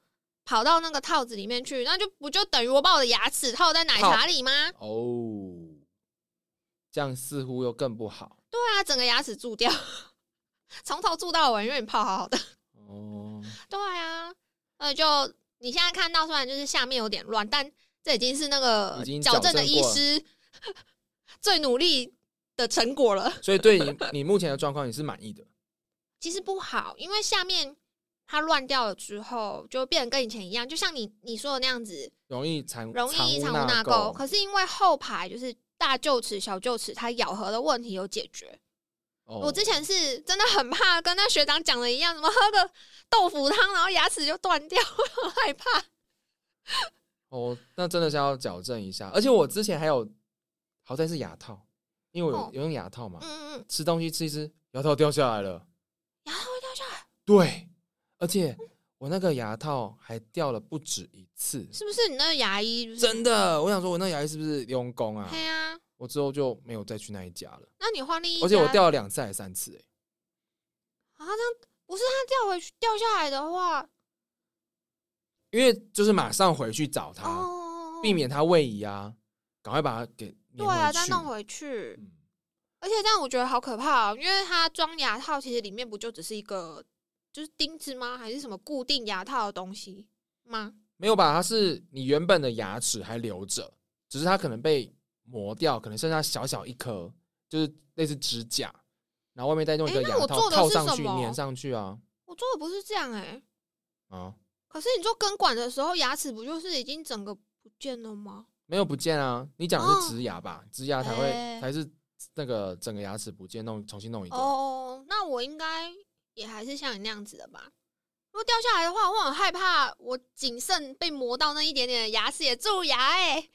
跑到那个套子里面去，那就不就等于我把我的牙齿套在奶茶里吗？
哦，这样似乎又更不好
对啊，整个牙齿蛀掉， 从头蛀到尾，因为你泡好好的。
哦。
对啊，所以就你现在看到，虽然就是下面有点乱，但这已经是那个
已经
矫正的
矫正
医
过了
师 最努力的成果了。
所以对你你目前的状况你是满意的
其实不好，因为下面它乱掉了之后，就变得跟以前一样，就像你你说的那样子，
容易藏
容易藏污
污
纳
垢。
垢。可是因为后排就是大臼齿、小臼齿，它咬合的问题有解决。
哦
我之前是真的很怕，跟那学长讲的一样，怎么喝个豆腐汤，然后牙齿就断掉，我很 害怕。
哦，那真的是要矫正一下。而且我之前还有，好在是牙套，因为我有
哦
有用牙套嘛，
嗯嗯，
吃东西吃一吃，牙套掉下来了。
牙套会掉下来，
对，而且我那个牙套还掉了不止一次，
是不是你那个牙医？就是
真的。我想说，我那牙医是不是用功啊？
对啊，
我之后就没有再去那一家了，
那你换另一家，
而且我掉了两次还是三次、欸，
啊，这样不是它掉回去掉下来的话，
因为就是马上回去找他，
哦，
避免他位移啊，赶快把它给
对
粘
啊，
回
再
去。
弄回去。
嗯
而且这样我觉得好可怕哦，因为它装牙套其实里面不就只是一个就是钉子吗？还是什么固定牙套的东西吗？
没有吧？它是你原本的牙齿还留着，只是它可能被磨掉，可能剩下小小一颗，就是类似指甲，然后外面再用一个
诶那
牙
我
套
做的
套
是
上
什
去、
么
粘上去啊
我做的不是这样哎、
啊！
可是你做根管的时候，牙齿不就是已经整个不见了吗？
没有不见啊！你讲的是植牙吧？植牙才会、
哦诶
才是那个整个牙齿不见，弄重新弄一个。
哦，那我应该也还是像你那样子的吧？如果掉下来的话，我很害怕，我仅剩被磨到那一点点的牙齿也蛀牙哎、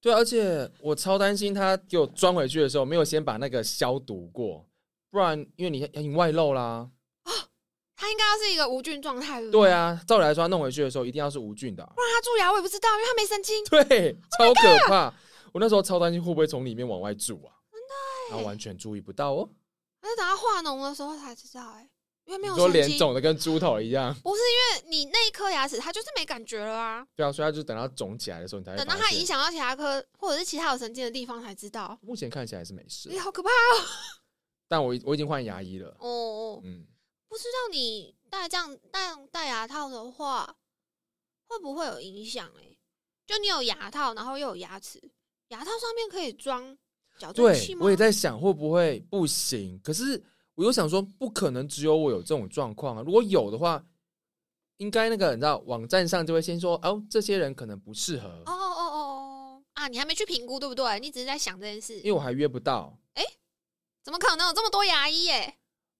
对，啊而且我超担心他给我装回去的时候没有先把那个消毒过，不然因为你你外露啦。
嗯它应该要是一个无菌状态，对不对？
对啊，照理来说，它弄回去的时候一定要是无菌的啊、
不然它蛀牙我也不知道，因为它没神经。
对，超可怕。我那时候超担心会不会从里面往外蛀啊，
欸
然后完全注意不到哦。
我是等它化脓的时候才知道、哎，因为
你
没有
说
神
脸
经。
肿的跟猪头一样，
不是因为你那一颗牙齿，它就是没感觉了啊。
对啊，所以他就等到肿起来的时候，你才会
等到
发
它
现
影。响到其他颗或者是其他有神经的地方才知道。
目前看起来是没事
哎、，好可怕哦！
但我已我已经换牙医了。
哦哦，
嗯，
不知道你戴这样戴戴牙套的话，会不会有影响？哎，就你有牙套，然后又有牙齿，牙套上面可以装矫正器
对，
吗？
我也在想会不会不行，可是我又想说，不可能只有我有这种状况啊。如果有的话，应该那个你知道，网站上就会先说哦，这些人可能不适合，
哦哦哦哦哦啊！你还没去评估对不对？你只是在想这件事
因，为我还约不到。
怎么可能有这么多牙医？哎，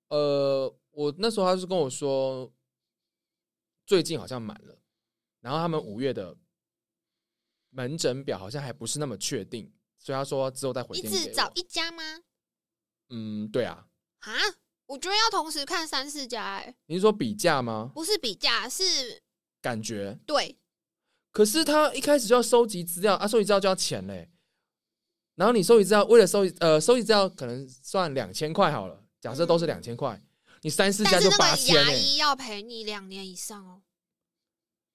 呃，我那时候他是跟我说，最近好像满了，然后他们五月的门诊表好像还不是那么确定，所以他说之后再回
你
电
只
给
找
我。
一家吗？
嗯，对啊，
啊，我觉得要同时看三四家、哎，
你是说比价吗？
不是比价，是
感觉，
对，
可是他一开始就要收集资料啊，收集资料就要钱嘞。然后你收集资料，为了收集呃收集资料，可能算两千块好了，假设都是
嗯
两千块，你三四家
但是
就
那
八
个
千欸
牙
嘞。
医要陪你两年以上哦。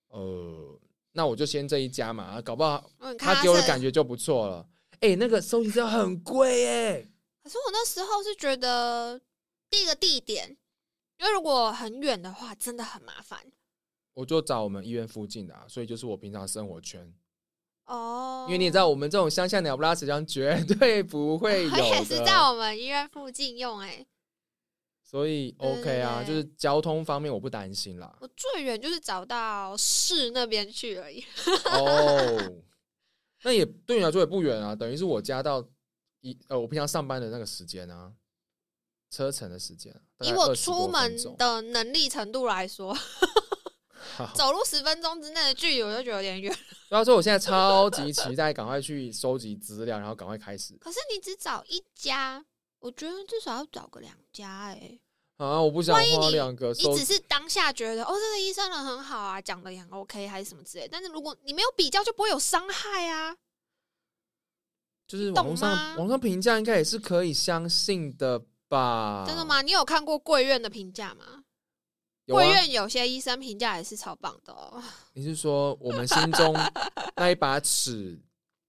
呃，那我就先这一家嘛，啊搞不好
嗯，你看
他给我的
是
感觉就不错了。哎、那个收集资料很贵哎、
可是我那时候是觉得第一个地点，因为如果很远的话，真的很麻烦
我就找我们医院附近的、啊，所以就是我平常生活圈。
哦。
因为你 也知道，我们这种乡下鸟不拉屎这样绝 对不会有
而且是哦在
的，
我们医院附近用、欸，
所以 OK 啊，
对。
就是交通方面我不担心啦
我最远就是找到市那边去而已。
哦，那也对你来说也不远啊，等于是我家到一呃，我平常上班的那个时间啊，车程的时间啊，大
以
概
我
20多分
出门
钟
的能力程度来说，走路十分钟之内的距离，我就觉得有点远。
然后啊说我现在超级期待，赶快去收集资料，然后赶快开始
可是你只找一家，我觉得至少要找个两家哎、
啊！我不想
万一
花
你
两个收
你只是当下觉得哦，这个医生人很好啊，讲的也很 OK 还是什么之类，但是如果你没有比较，就不会有伤害啊。
就是
你
网
懂
络上
吗
网上评价应该也是可以相信的吧？
真的？吗？你有看过贵院的评价吗？
啊有啊
贵、，院有些医生评价也是超棒的哦。
你是说我们心 中那一把尺，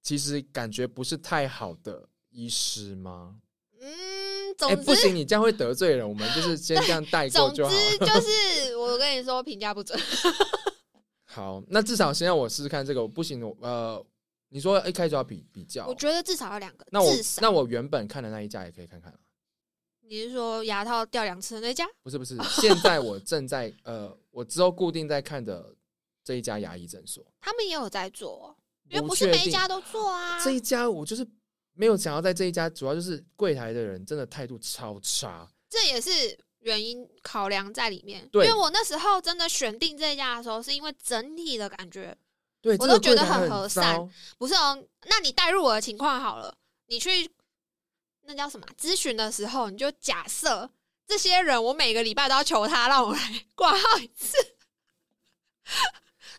其实感觉不是太好的医师吗？
嗯，
哎、
总之、
不行，你这样会得罪人。我们就是先这样带过
总
就好 了。
之就是，我跟你说评价不准。
好，那至少先让我试试看这个。我不行，我呃，你说一开始要比比较
我，觉得至少要两个，
那我
至少
那我原本看的那一家也可以看看啊。
你是说牙套掉两次的那家？
不是不是，现在我正在呃，我之后固定在看的这一家牙医诊所，
他们也有在做哦，因为
不
不是
确
每一
定
家都做啊。
这一家我就是没有想要在这一家，主要就是柜台的人真的态度超差。
这也是原因考量在里面。
对
因为我那时候真的选定这家的时候，是因为整体的感觉
对，
我
这个
都觉得
柜台
很
很
和善
糟。
不是哦。那你带入我的情况好了，你去那叫什么啊咨询的时候，你就假设这些人，我每个礼拜都要求他让我来挂号一次。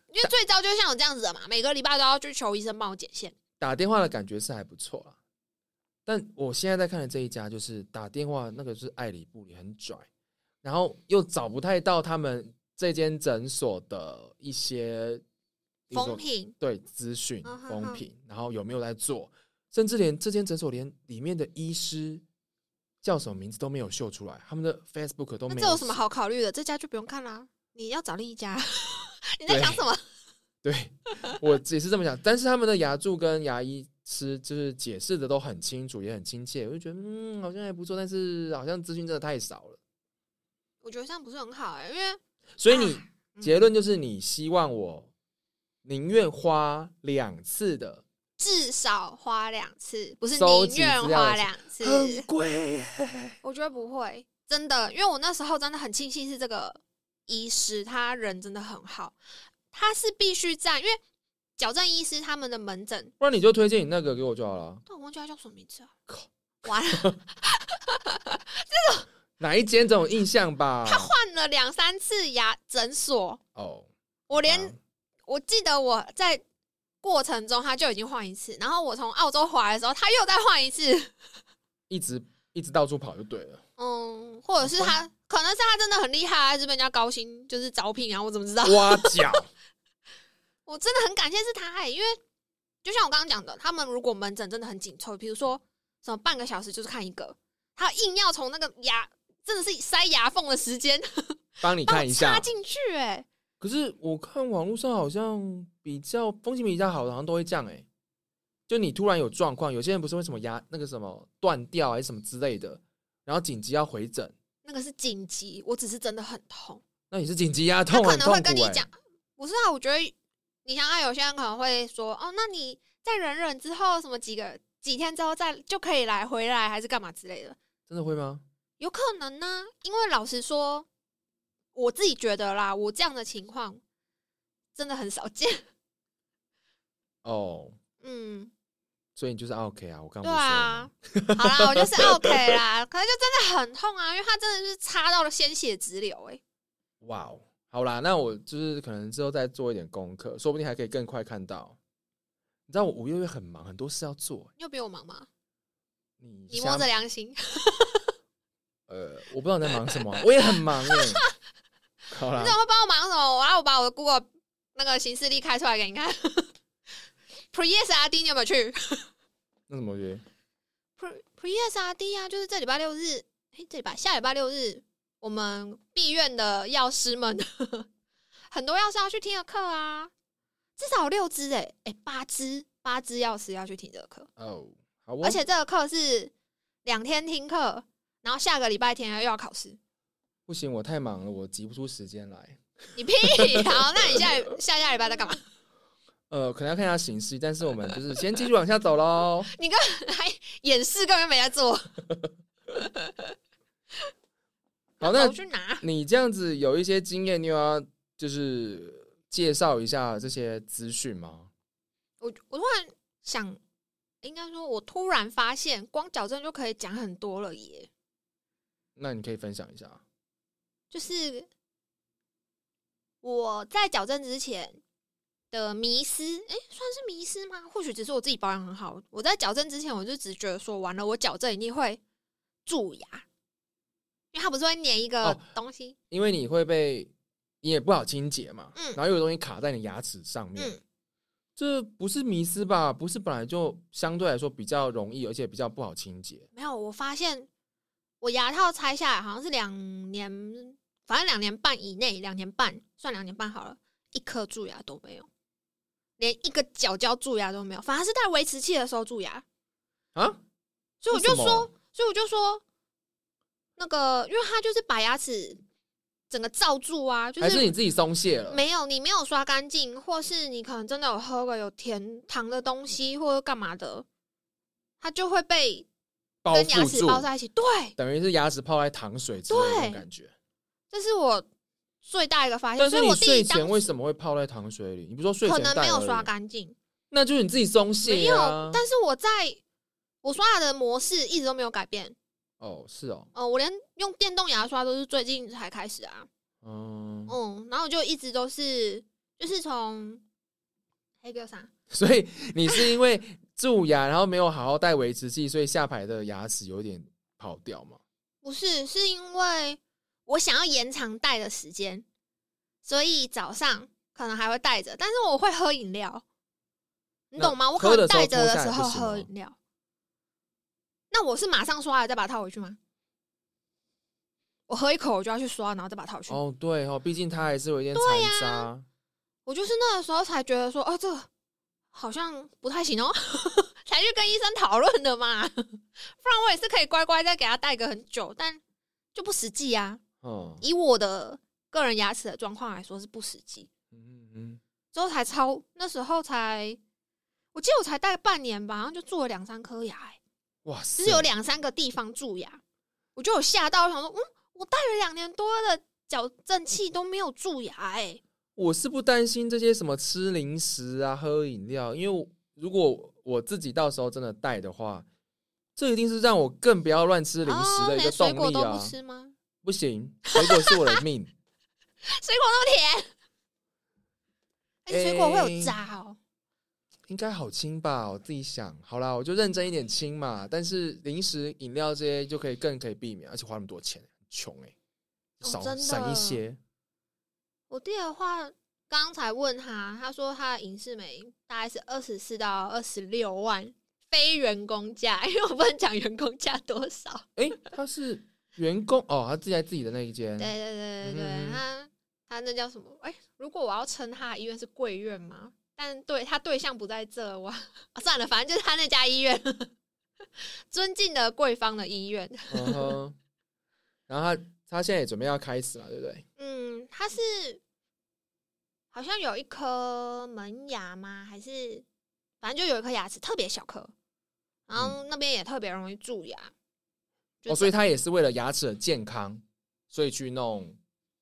因为最早就像我这样子的嘛，每个礼拜都要去求医生帮我解线。
打电话的感觉是还不错啦，但我现在在看的这一家就是打电话那个是爱理不理，很拽，然后又找不太到他们这间诊所的一些比如说
风评
对资讯
嗯哼
风
哼
评，然后有没有在做，甚至连这间诊所连里面的医师叫什么名字都没有秀出来，他们的 Facebook 都
那
没
这有什么
写
好考虑的？这家就不用看啦，你要找另一家。 你在
对
想什么？
对，我也是这么想。但是他们的牙柱跟牙医师就是解释的都很清楚，也很亲切，我就觉得嗯，好像还不错，但是好像资讯真的太少了。
我觉得这样不是很好哎、因为
所以你、
嗯
结论就是，你希望我宁愿花两次的，
至少花两次，不是
收
宁
集资
愿
料
花
的
两
很
次。
贵耶，
我觉得不会，真的，因为我那时候真的很庆幸是这个医师，他人真的很好，他是必须在，因为矫正医师他们的门诊，
不然你就推荐你那个给我就好了。
但我忘记他叫什么名字啊
靠。
完了，
哪一间这种印象吧？
换了两三次牙诊所，
哦，
我连、
啊
我记得我在过程中他就已经换一次，然后我从澳洲回来的时候他又再换一次。
一直一直到处跑就对了。
嗯，或者是他，可能是他真的很厉害啊，日本人家高薪就是招聘啊，我怎么知道？
挖角，
我真的很感谢是他、欸，因为就像我刚刚讲的，他们如果门诊真的很紧凑，比如说什么半个小时就是看一个，他硬要从那个牙真的是塞牙缝的时间
帮你
帮
看
我
一下
插。进去、哎，
可是我看网络上好像比较风行比较好的，好像都会这样哎、就你突然有状况，有些人不是为什么牙那个什么断掉还是什么之类的，然后紧急要回诊，
那个是紧急，我只是真的很痛，
那也是紧急牙
他
痛，
可
很
能
痛
会跟
苦
你
哎、
讲，不是啊，我觉得你想想，有些人可能会说，哦，那你再忍忍之后，什么几个几天之后再就可以来回来，还是干嘛之类的。
真的会吗？
有可能呢、因为老实说，我自己觉得啦，我这样的情况真的很少见。
哦，
嗯，
所以你就是 OK 啊，我刚
对
刚不是说了吗，
啊好啦，我就 是 OK 啦，可是就真的很痛啊，因为它真的是插到了鲜血直流、欸，
哇哦，好啦，那我就是可能之后再做一点功课，说不定还可以更快看到。你知道我五六月很忙，很多事要做、欸
你有比我忙吗？
你
你
想
摸着良心，
啊呃，我不知道你在忙什么啊、我也很忙 哎、好啦
你怎，么会帮我忙什么？我让我把我的 Google 那个行事历开出来给你看。Prius R D 你有没有去
那怎么约？
？Pri Prius R D 啊，就是这礼拜六日，哎、这礼拜下礼拜六日，我们毕院的药师们 很多药师要去听的课啊，至少有六支哎、诶哎、八支八支药师要去听这个课，
哦，好哦，
而且这个课是两天听课，然后下个礼拜天又要考试。
不行，我太忙了，我挤不出时间来。
你屁！好，那你下礼下下礼拜在干嘛？
呃，可能要看一下形势，但是我们就是先继续往下走喽。
你根本还演示，根本没在做。
好，
那
那
我去拿。
你这样子有一些经验，你有要就是介绍一下这些资讯吗？
我我突然想，应该说，我突然发现，光矫正就可以讲很多了耶。
那你可以分享一下。
就是我在矫正之前的迷失，诶、算是迷失吗？或许只是我自己保养很好。我在矫正之前，我就只觉得说，完了，我矫正一定会蛀牙，因为它不是会粘一个
哦
东西。
因为你会被你也不好清洁嘛，
嗯
然后又有东西卡在你牙齿上面，
嗯
这不是迷失吧？不是本来就相对来说比较容易，而且比较不好清洁。
没有，我发现我牙套拆下来好像是两年，反正两年半以内，两年半算两年半好了，一颗蛀牙都没有，连一个角角蛀牙都没有，反而是在维持器的时候蛀牙，
啊？
所以我就
为什么
说，所以我就说，那个，因为它就是把牙齿整个罩住啊，就
还是你自己松懈了？
没有，你没有刷干净，或是你可能真的有喝了有甜糖的东西，或者干嘛的，它就会被
包
跟牙齿
住，
包在一起。对，
等于是牙齿泡在糖水之类的那种
对
感觉。
这是我最大一个发现。
但是
所以
你
我弟
睡
当
前
时
为什么会泡在糖水里？你不是说睡
可
前
能
戴
没有
而已
刷，干净？
那就是你自己松
没
懈
有
啊。，
但是我在我刷牙的模式一直都没有改变。
哦，是哦，
呃，我连用电动牙刷都是最近才开始啊。
嗯，
嗯，然后我就一直都是就是从黑哥啥？
所以你是因为蛀牙，然后没有好好戴维持剂，所以下排的牙齿有点跑掉嘛？
不是，是因为我想要延长戴的时间，所以早上可能还会戴着，但是我会喝饮料，你
那
懂吗？我
喝
可
的
能
时候
戴着
脱
的
下
时
来不
候
行
喝
吗
饮料。那我是马上刷了再把它套回去吗？我喝一口我就要去刷，然后再把它套回去。
哦，对哦，毕竟它还是有一点残渣。
我就是那个时候才觉得说，哦，这个好像不太行哦， 才去跟医生讨论的嘛。 不然我也是可以乖乖再给他戴个很久，但就不实际啊。
嗯
以我的个人牙齿的状况来说是不实际。
嗯嗯，
之后才超，那时候才，我记得我才戴半年吧，好像就蛀了两三颗牙、欸，
哇塞，
就是有两三个地方蛀牙，我就有吓到，我想说，嗯，我戴了两年多的矫正器都没有蛀牙、欸，
我是不担心这些什么吃零食啊、喝饮料，因为我如果我自己到时候真的带的话，这一定是让我更不要乱吃零食
哦
的一个
连水果
动力
都
啊！
不吃吗？
不行，水果是我的命。
水果那么甜，哎、
诶
水果会有渣哦。
应该好清吧？我自己想，好啦，我就认真一点清嘛。但是零食、饮料这些就可以更可以避免，而且花那么多钱，很穷哎、
哦
少
真的
省一些。
我弟的话，刚才问他，他说他的影视美大概是二十四到二十六万，非员工价，因为我不能讲员工价多少。
哎、他是员工哦，他自己在自己的那一间
对，对对对对，
嗯
他他那叫什么？哎、如果我要称他的医院是贵院吗？但对他对象不在这，我、啊、算了，反正就是他那家医院， 尊敬的贵方的医院。
嗯哼。然后他他现在也准备要开始嘛，对不对？
嗯，它是好像有一颗门牙吗？还是反正就有一颗牙齿特别小颗，然后那边也特别容易蛀牙。
嗯
就
哦，所以
整
他也是为了牙齿的健康，所以去弄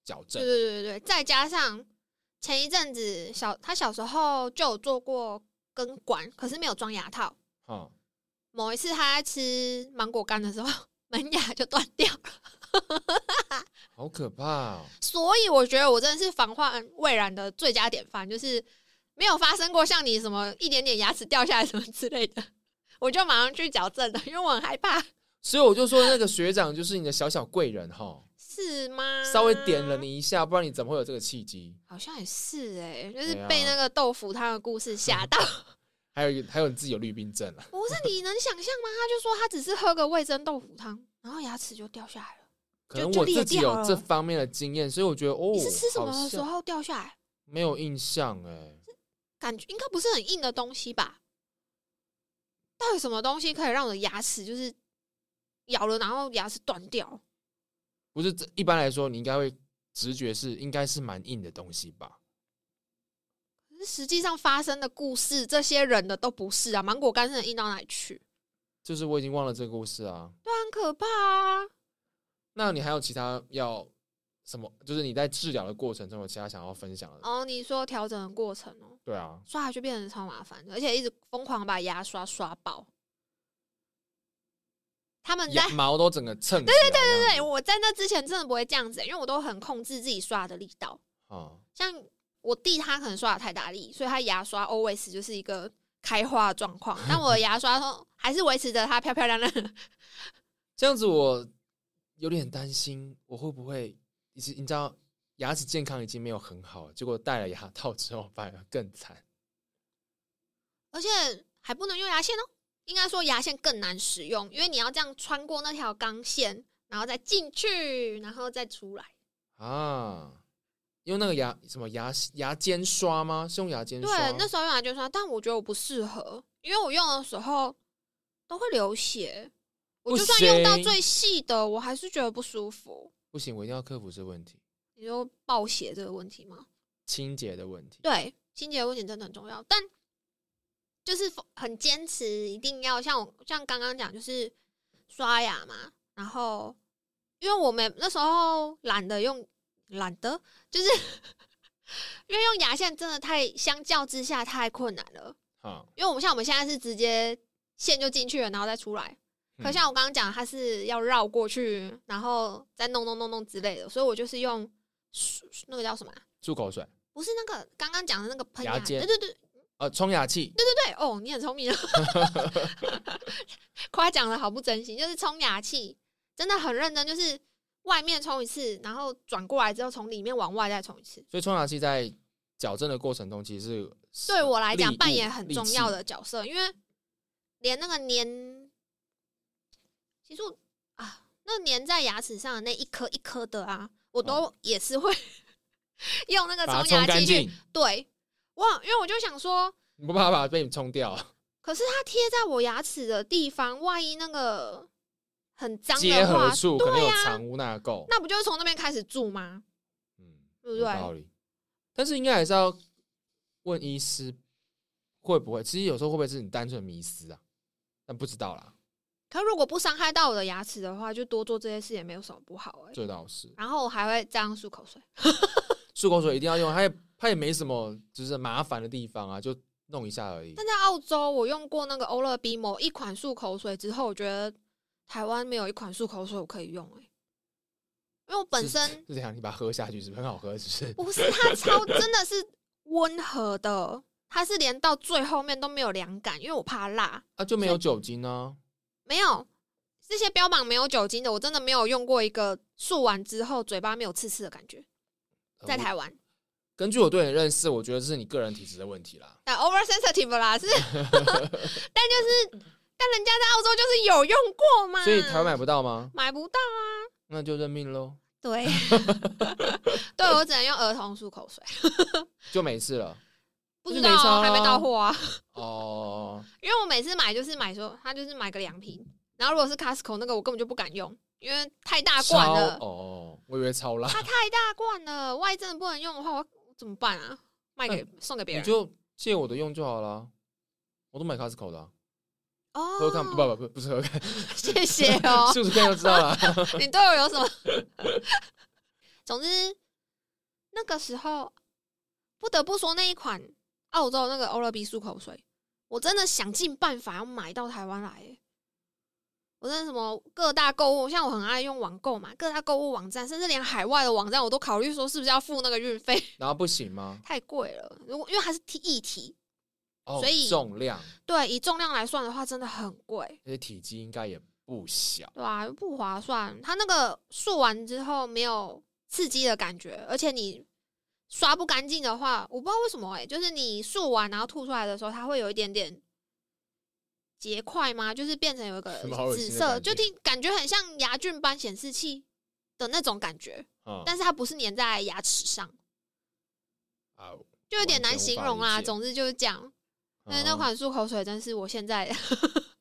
矫
对
正。
对对对，对再加上前一阵子小他小时候就有做过根管，可是没有装牙套。
哈、
某一次他在吃芒果干的时候， 门牙就断掉了。
好可怕哦！
所以我觉得我真的是防患未然的最佳典范，就是没有发生过像你什么一点点牙齿掉下来什么之类的， 我就马上去矫正了，因为我很害怕，
所以我就说，那个学长就是你的小小贵人哈、
是吗？
稍微点了，你一下，不然你怎么会有这个契机？
好像也是哎、就是
对啊
被那个豆腐汤的故事吓
哎
到，
还有一个还有你自己有绿病症啊，
不是你能想象吗？他就说他只是喝个味噌豆腐汤，然后牙齿就掉下来了。
可能
就
我
裂
自己
掉
有
了
这方面的经验，所以我觉得哦，
你是吃什么
好
的时
像
候掉下来？
没有印象哎、
感觉应该不是很硬的东西吧？到底什么东西可以让我的牙齿就是咬了，然后牙齿断掉？
不是这一般来说，你应该会直觉是应该是蛮硬的东西吧？
可是实际上发生的故事，这些人的都不是啊。芒果干是能硬到哪里去？
就是我已经忘了这个故事啊。
对啊，很可怕啊！
那你还有其他要什么？就是你在治疗的过程中有其他想要分享的？
哦，你说调整的过程哦，
对啊，
刷牙就变得超麻烦的，而且一直疯狂把牙刷刷爆。他们在
牙毛都整个蹭起来这样子。对对
对我在那之前真的不会这样子、欸因为我都很控制自己刷的力道。
啊，
像我弟他可能刷的太大力，所以他牙刷 always 就是一个开花的状况。但我的牙刷都还是维持着它漂漂亮亮的。
这样子我有点担心，我会不会已经你知道牙齿健康已经没有很好，结果戴了牙套之后反而更惨。
而且还不能用牙线哦，应该说牙线更难使用，因为你要这样穿过那条钢线，然后再进去，然后再出来。
啊，用那个牙什么牙牙尖刷吗？是用牙尖
对
刷？，
那时候用牙线刷，但我觉得我不适合，因为我用的时候都会流血。我就算用到最细的，我还是觉得不舒服。
不行，我一定要克服这个问题，
你说爆血这个问题吗？
清洁的问题。
对，清洁的问题真的很重要，但就是很坚持，一定要像我像刚刚讲，就是刷牙嘛。然后，因为我们那时候懒得用，懒得就是 因为用牙线真的太相较之下太困难了。
好，
因为我们像我们现在是直接线就进去了，然后再出来。可
嗯
像我刚刚讲，它是要绕过去，然后再弄弄弄弄之类的，所以我就是用那个叫什么啊、
漱口水，
不是那个刚刚讲的那个喷
牙
牙，
尖
对对对
呃，冲牙器，
对，哦， 你很聪明啊，夸奖的好不珍惜，就是冲牙器真的很认真，就是外面冲一次，然后转过来之后从里面往外再冲一次。
所以冲牙器在矫正的过程中，其实是
对我来讲
力度
扮演很重要。
力
的角色，因为连那个粘，其实我啊，那粘在牙齿上的那一颗一颗的啊，我都也是会 用那个
气哦把它
冲
冲
牙器
干
去
净，
对哇，因为我就想说，
你不怕把它被你冲掉？
可是它贴在我牙齿的地方，万一那个很脏
结
的
合
话，啊
处可能有藏污纳垢，
那不就是从那边开始蛀吗？
嗯，
对不
有
对
道理。但是应该还是要问医师会不会？其实有时候会不会是你单纯迷失啊？但不知道啦，
可如果不伤害到我的牙齿的话，就多做这些事也没有什么不好哎、
这倒是。
然后我还会这样漱口水。
漱口水一定要用，它也它也没什么就是麻烦的地方啊，就弄一下而已。
但在澳洲，我用过那个欧乐 B 某一款漱口水之后，我觉得台湾没有一款漱口水我可以用哎、因为我本身
是这样，你把它喝下去是不是很好喝？是不是？
不是它超真的是温和的，它是连到最后面都没有凉感，因为我怕辣，
啊，就没有酒精啊呢、
没有这些标榜没有酒精的，我真的没有用过一个漱完之后嘴巴没有刺刺的感觉，
呃
在
我
台湾。
根据我对你的认识，我觉得这是你个人体质的问题啦。
但 oversensitive 啦，是， 但就是，但人家在澳洲就是有用过嘛，
所以台湾买不到吗？
买不到啊。
那就认命喽，
对， 对我只能用儿童漱口水，
就没事了。
不知道
没差
啊、
啊
还没到货啊。
哦，
因为我每次买就是买说，他就是买个两瓶，然后如果是 Costco 那个，我根本就不敢用，因为太大
超
罐了，
哦，我以为超辣，
它太大罐了，万一真的不能用的话，我我怎么办啊？卖给、送给
嗯
别
你
人
就借我的用就好啦。我都买 Costco 的啊、
哦，
喝看不 不不不是喝看，
谢谢哦，
漱漱 看就知道了。
你对我有什么？ 总之，那个时候不得不说，那一款澳洲那个欧乐 B 漱口水，我真的想尽办法要买到台湾来耶。我真的什么各大购物，像我很爱用网购嘛，各大购物网站，甚至连海外的网站，我都考虑说是不是要付那个运费，
然后不行吗？
太贵了。如果因为它是提一体，
哦，
所以
重量
对，以重量来算的话，真的很贵。
而且体积应该也不小。
对啊，不划算。它那个漱完之后没有刺激的感觉，而且你刷不干净的话，我不知道为什么哎、就是你漱完然后吐出来的时候，它会有一点点结块吗？就是变成有一个
什么好恶
紫
心的
色，
感觉
就听感觉很像牙菌斑显示器的那种感觉，
嗯，
但是它不是粘在牙齿上，
啊，
就有点
完
难
全无
形
法
容
理
啦。
解
总之就是这样。那那
哦
款漱口水真是我现在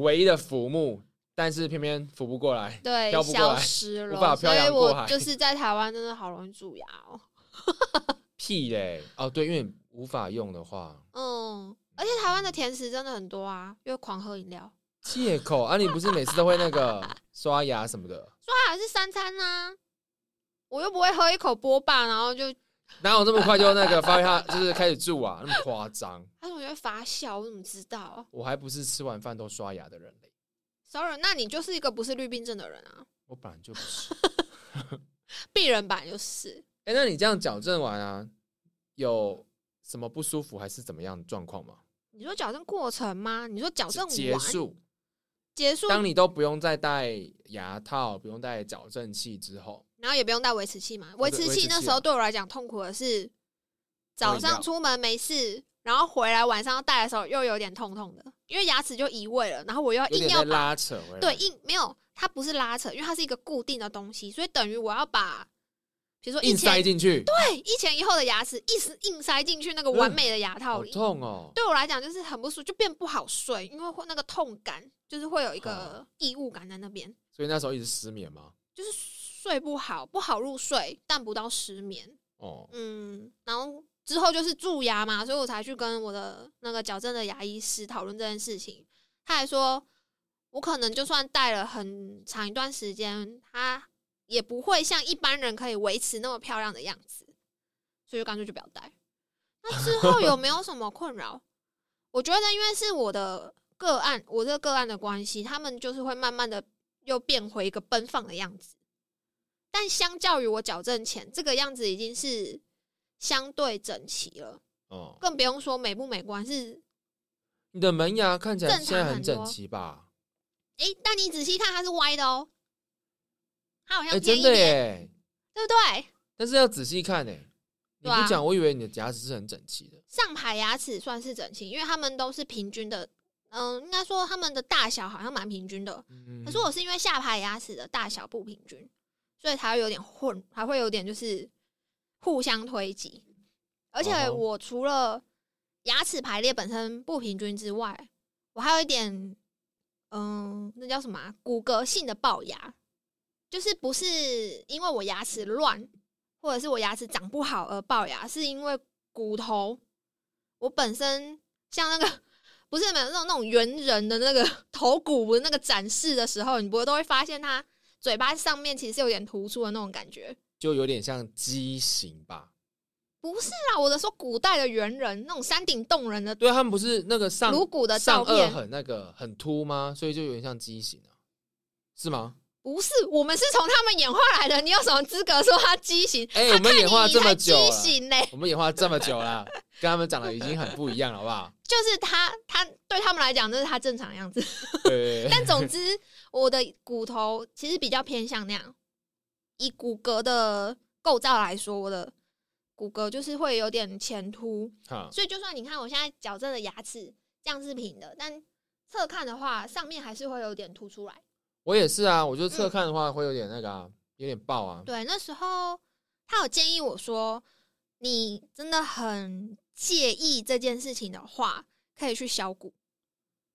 唯一的浮木，但是偏偏浮不过来。
对
飘不过
消
来
失
无法
了，
漂
所以
洋过
我
海
就是在台湾真的好容易蛀牙哦。
屁嘞！哦，对，因为无法用的话，
嗯，而且台湾的甜食真的很多啊，因为狂喝饮料，
借口啊，你不是每次都会那 个刷牙什么的，
刷牙是三餐呐、我又不会喝一口波霸，然后就
哪有这么快就那个发现它就是开始蛀啊？那么夸张？
他怎么就会发笑？我怎么知道
我还不是吃完饭都刷牙的人嘞，
？Sorry，那你就是一个不是绿病症的人啊，
我本来就不是。
病人版就是。
哎、那你这样矫正完啊，有什么不舒服还是怎么样的状况吗？
你说矫正过程吗？你说矫正完
结束，
结束，
当你都不用再戴牙套，不用戴矫正器之后，
然后也不用带维持器嘛？维持
哦维持
器
器啊
那时候对我来讲痛苦的是，早
喝饮
上
料
出门没事，然后回来晚上要戴的时候又有点痛痛的，因为牙齿就移位了，然后我又要
有
硬
点
要
在
把
拉扯回来。
对，硬没有，它不是拉扯，因为它是一个固定的东西，所以等于我要把，比如说一
硬塞
前
进去，对，
对一前一后的牙齿，一时硬塞进去那个完美的牙套
嗯好
里，
痛哦。
对我来讲就是很不舒服，就变不好睡，因为会那个痛感。就是会有一个异物感在那边，
所以那时候一直失眠吗？
就是睡不好，不好入睡，但不到失眠。
哦，
嗯，然后之后就是蛀牙嘛，所以我才去跟我的那个矫正的牙医师讨论这件事情。他还说，我可能就算戴了很长一段时间，它也不会像一般人可以维持那么漂亮的样子，所以就干脆就不要戴。那之后有没有什么困扰？我觉得因为是我的个案，我这个个案的关系，他们就是会慢慢的又变回一个奔放的样子。但相较于我矫正前，这个样子已经是相对整齐了，
哦，
更不用说美不美观是。
你的门牙看起来
正常
现在很
很多
整齐吧？
诶、但你仔细看，它是歪的哦，它好
哎、
像偏
真
一
的
点，
耶！
对不对？
但是要仔细看哎，你
对啊
不讲，我以为你的牙齿是很整齐的。
上排牙齿算是整齐，因为它们都是平均的，嗯，应该说它们的大小好像蛮平均的。
嗯
可是我是因为下排牙齿的大小不平均，所以才会有点混，还会有点就是互相推挤。而且
哦
我除了牙齿排列本身不平均之外，我还有一点，嗯，那叫什么啊、骨骼性的龅牙，就是不是因为我牙齿乱，或者是我牙齿长不好而龅牙，是因为骨头我本身像那个 不是没有那种那种猿人的那个头骨，不是那个展示的时候，你不会都会发现它嘴巴上面其实有点突出的那种感觉。
就有点像畸形吧？
不是啦，我的说古代的猿人那种山顶洞人的
对，啊他们不是那个上
颅骨的
上
照
颚
片，
很那个很凸吗？所以就有点像畸形啊，是吗？
不是我们是从他们演化来的，你有什么资格说它畸形？
哎、我
它
们
看
演化
你
这么
才
久啊了
畸，形嘞，
我们演化这么久了，跟他们长得已经很不一样了，好不好？
就是它它对他们来讲，这是它正常 的样子。
对对对
但总之，我的骨头其实比较偏向那样。以骨骼的构造来说，我的骨骼就是会有点前凸，
哈
所以就算你看我现在矫正的牙齿这样是平的，但侧看的话，上面还是会有点凸出来。
我也是啊，我觉得侧看的话会有点那个啊，有点爆啊。
嗯对，那时候他有建议我说，你真的很介意这件事情的话，可以去削骨，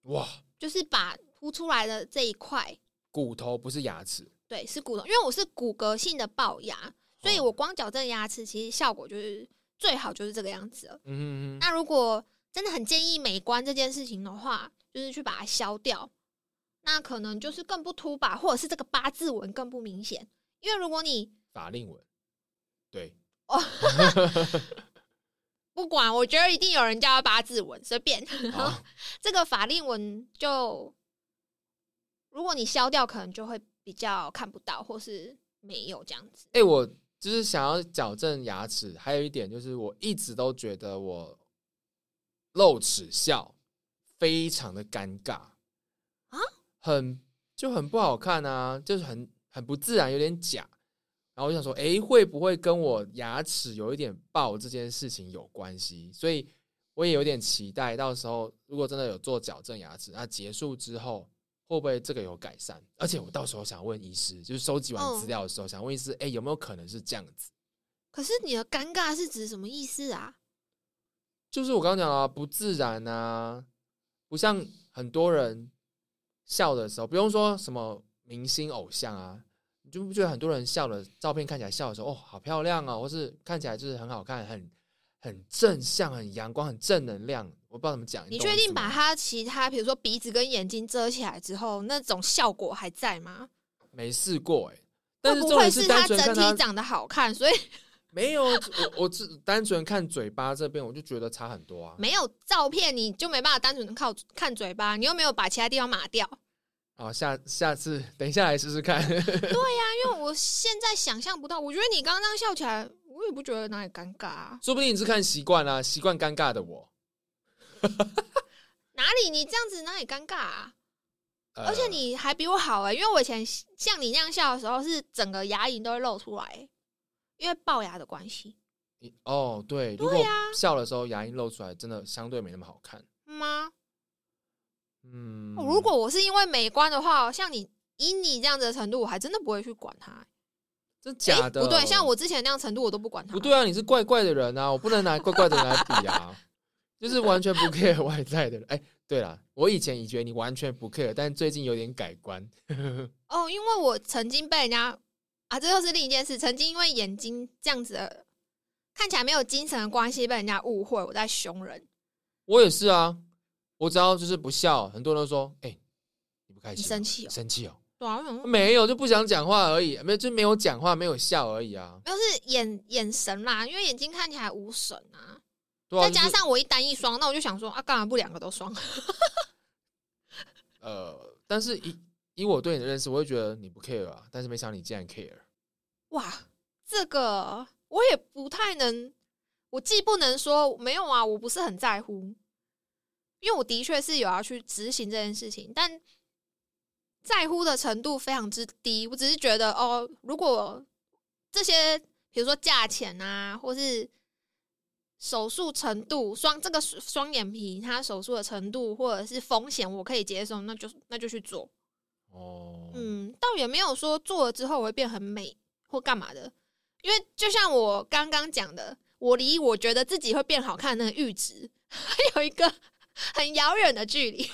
哇，
就是把凸出来的这一块
骨头不是牙齿，
对，是骨头，因为我是骨骼性的龅牙，所以
哦
我光矫正牙齿，其实效果就是最好就是这个样子了。
嗯哼
那如果真的很建议美观这件事情的话，就是去把它消掉，那可能就是更不凸吧，或者是这个八字纹更不明显。因为如果你
法令纹，对，
不管，我觉得一定有人叫它八字纹，随便。
好，
这个法令纹就，如果你消掉，可能就会比较看不到，或是没有这样子。
哎、我就是想要矫正牙齿，还有一点就是我一直都觉得我露齿笑非常的尴尬
啊，
很就很不好看啊，就是很很不自然，有点假。然后我就想说，哎、会不会跟我牙齿有一点爆这件事情有关系？所以我也有点期待，到时候如果真的有做矫正牙齿，那结束之后会不会这个有改善？而且我到时候想问医师，就是收集完
嗯
资料的时候，想问医师，哎、有没有可能是这样子？
可是你的尴尬是指什么意思啊？
就是我刚刚讲啊，不自然啊，不像很多人笑的时候，不用说什么明星偶像啊，你就不觉得很多人笑的照片看起来笑的时候，哦，好漂亮啊，或是看起来就是很好看，很很正向、很阳光、很正能量。我不知道怎么讲，
你
懂我
确
意思
定
吗
把它其他，比如说鼻子跟眼睛遮起来之后，那种效果还在吗？
没试过哎、但
会
是
不
重点
会
是单
它
纯
整
看
体
他
长得好看，所以
没有，我我只单纯看嘴巴这边，我就觉得差很多啊。
没有照片你就没办法单纯地靠看嘴巴，你又没有把其他地方码掉。
好，下下次等一下来试试看。
因为我现在想象不到，我觉得你刚刚那样笑起来，我也不觉得哪里尴尬啊。
说不定你是看习惯啊啦，习惯尴尬的我。
哪里你这样子哪里尴尬啊？
呃
而且你还比我好哎、因为我以前像你那样笑的时候，是整个牙龈都会露出来欸、因为龅牙的关系
你哦，对，如
对
果
啊
笑的时候牙龈露出来，真的相对没那么好看。
吗？
嗯，
哦如果我是因为美观的话，像你以你这样子的程度，我还真的不会去管它。欸
真假的
不对，像我之前那样程度，我都不管它。
不对啊，你是 怪怪的人啊，我不能拿怪怪的人来比啊，就是完全不 care 外在的人。哎，对啦，我以前也觉得你完全不 care，但最近有点改观。
哦，因为我曾经被人家啊，这又是另一件事。曾经因为眼睛这样子的，看起来没有精神的关系，被人家误会我在凶人。
我也是啊，我只要就是不笑，很多人都说：“哎、你不开
你
心哦、
生气哦
生气哦、
对啊，我想说
没有，就不想讲话而已，没有就没有讲话，没有笑而已啊。
没有是眼眼神啦，因为眼睛看起来无神啊。
对啊，
再加
就是
上我一单一双，那我就想说啊，干嘛不两个都双？
呃，但是以以我对你的认识，我会觉得你不 care 啊，但是没想到你竟然 care。
哇，这个我也不太能，我既不能说没有啊，我不是很在乎，因为我的确是有要去执行这件事情，但在乎的程度非常之低。我只是觉得哦，如果这些比如说价钱啊，或是手术程度，双这个双眼皮它手术的程度，或者是风险，我可以接受，那就那就去做。
哦，
嗯，倒也没有说做了之后我会变很美或干嘛的，因为就像我刚刚讲的，我离我觉得自己会变好看的那个阈值， 还有一个 很遥远的距离，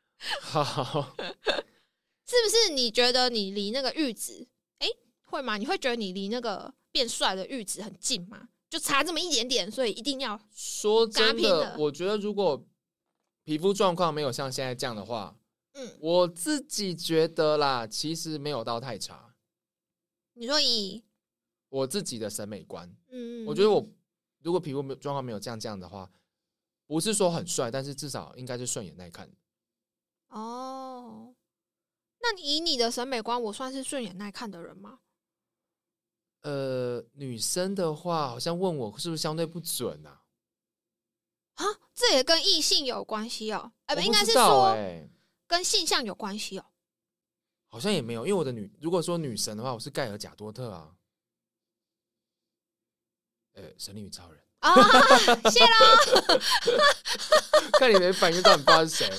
好，
是不是？你觉得你离那个阈值，诶，会吗？你会觉得你离那个变帅的阈值很近吗？就差这么一点点，所以一定要
说
嘎
真
拼
的
了，
我觉得如果皮肤状况没有像现在这样的话，
嗯，
我自己觉得啦，其实没有到太差。
你说以
我自己的审美观，
嗯，
我觉得我如果皮肤没有状况没有这样这样的话，不是说很帅，但是至少应该是顺眼耐看的。
哦，那你以你的审美观，我算是顺眼耐看的人吗？
呃，女生的话，好像问我是不是相对不准啊？
啊，这也跟异性有关系哦，哎、
我
不应该
不
是
知道
说
哎、
跟性向有关系哦。
好像也没有，因为我的女，如果说女神的话，我是盖尔贾多特啊，呃，神力女超人，
啊， 谢啦，
看你没反应到你不知道是谁。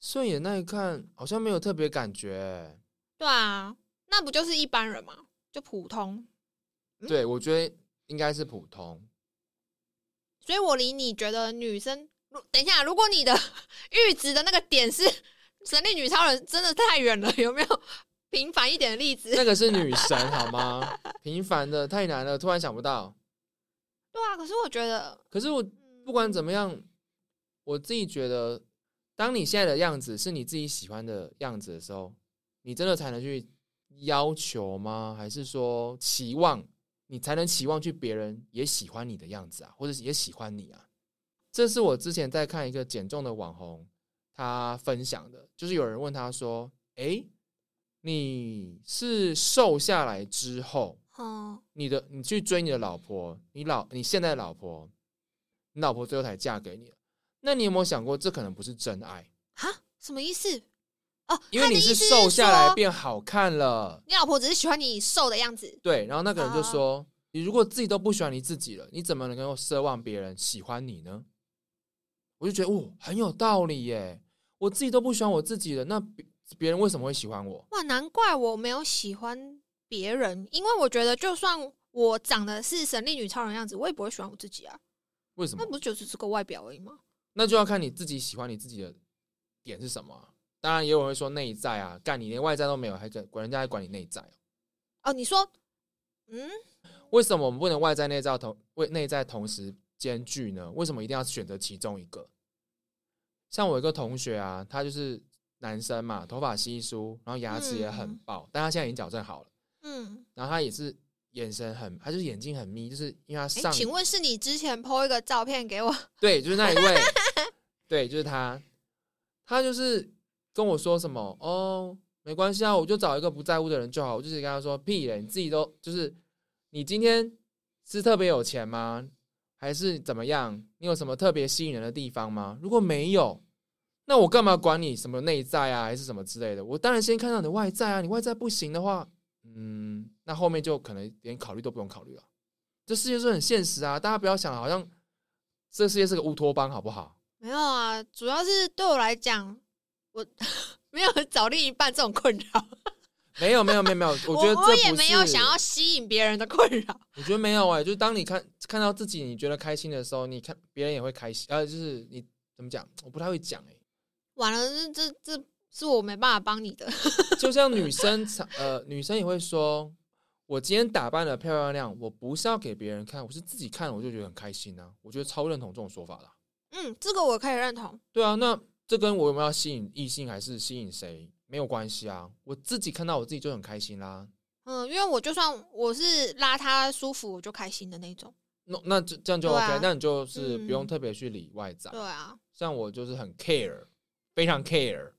顺眼那一看，好像没有特别感觉欸、
对啊，那不就是一般人吗？就普通，
对，我觉得应该是普通。
所以我离你觉得女生，如等一下，如果你的 阈值的那个点是神力女超人，真的太远了，有没有平凡一点的例子？
那个是女神好吗？平凡的太难了，突然想不到。
对啊，可是我觉得，
可是我不管怎么样，我自己觉得，当你现在的样子是你自己喜欢的样子的时候，你真的才能去要求吗？还是说期望你才能期望去别人也喜欢你的样子啊，或者也喜欢你啊？这是我之前在看一个减重的网红，他分享的，就是有人问他说：“诶，你是瘦下来之后，
嗯，
你的你去追你的老婆，你老你现在的老婆，你老婆最后才嫁给你，那你有没有想过，这可能不是真爱？
哈，什么意思？哦，
因为
他
你
的意思
瘦下来
说
变好看了，
你老婆只是喜欢你瘦的样子，
对。然后那个人就
啊
说，你如果自己都不喜欢你自己了，你怎么能够奢望别人喜欢你呢？我就觉得，哦，很有道理耶！我自己都不喜欢我自己了，那别别人为什么会喜欢我？
哇，难怪我没有喜欢别人，因为我觉得就算我长得是神力女超人样子，我也不会喜欢我自己啊。
为什么
那？不就是这个外表而已吗？
那就要看你自己喜欢你自己的点是什么啊、当然，也有人会说内在啊，干你连外在都没有，还管管人家还管你内在哦、
哦，你说，嗯，
为什么我们不能外在内在同为内在同时兼具呢？为什么一定要选择其中一个？像我有一个同学啊，他就是男生嘛，头发稀疏，然后牙齿也很
嗯
爆，但他现在已经矫正好了，
嗯，
然后他也是眼神很，他就是眼睛很眯，就是因为他
哎、
上
请问是你之前 PO 一个照片给我？
对，就是那一位，对，就是他，他就是跟我说什么哦，没关系啊，我就找一个不在乎的人就好。我就是跟他说屁嘞，你自己都就是你今天是特别有钱吗？还是怎么样？你有什么特别吸引人的地方吗？如果没有，那我干嘛管你什么内在啊，还是什么之类的？我当然先看到你的外在啊，你外在不行的话，嗯，那后面就可能连考虑都不用考虑了。这世界是很现实啊，大家不要想好像这世界是个乌托邦，好不好？
没有啊，主要是对我来讲，我 没有找另一半这种困扰，
没有，没有，没有， 没有。我觉得
我
这
也
不
没
是
有想要吸引别人的困扰。
我觉得欸没有哎、就是当你看看到自己你觉得开心的时候，你看别人也会开心，呃，就是你怎么讲？我不太会讲哎、
完了，这这这是我没办法帮你的。
就像女生常，呃，女生也会说，我今天打扮的漂漂亮亮，我不是要给别人看，我是自己看，我就觉得很开心啊。我觉得超认同这种说法的啊、
嗯，这个我可以认同。
对啊，那这跟我有没有要吸引异性还是吸引谁没有关系啊。我自己看到我自己就很开心啦。
嗯，因为我就算我是邋遢舒服，我就开心的那种。
那那这这样就
对
OK，、
啊
那你就是不用
嗯
特别去理外在。
对啊，
像我就是很 care，非常 care。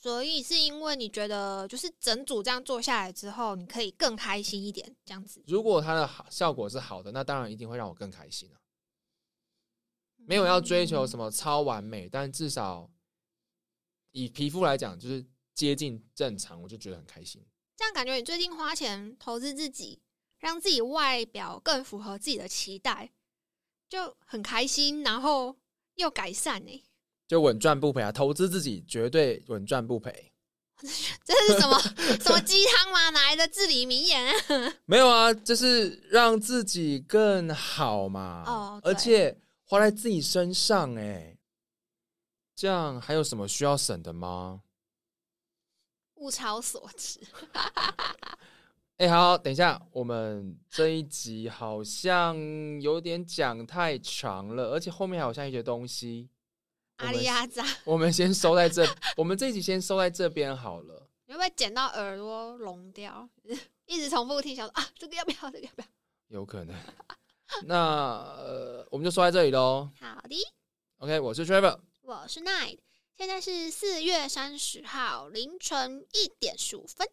所以是因为你觉得就是整组这样做下来之后，你可以更开心一点，这样子。
如果它的好效果是好的，那当然一定会让我更开心啊。没有要追求什
么，
么超完美，但至少以皮肤来讲，就是接近正常，我就觉得很开心。
这样感觉你最近花钱投资自己，让自己外表更符合自己的期待，就很开心，然后又改善欸呢、
就稳赚不赔啊！投资自己绝对稳赚不赔。
这是什 么什么鸡汤吗？哪来的至理名言啊？
没有啊，就是让自己更好嘛。
哦对
而且花在自己身上、哎，这样还有什么需要省的吗？
物超所值。
哎、好，等一下，我们这一集好像有点讲太长了，而且后面还有像一些东西。我
阿
们
里阿扎，
我们先收在这，我们这一集先收在这边好了。
你会不会剪到耳朵聋掉？ 一直重复听，想说啊，这个要不要？这个要不要？
有可能。那呃，我们就收在这里喽。
好的。
OK，我是 Trevor，
我是 Night，现在是四月三十号凌晨一点十五分。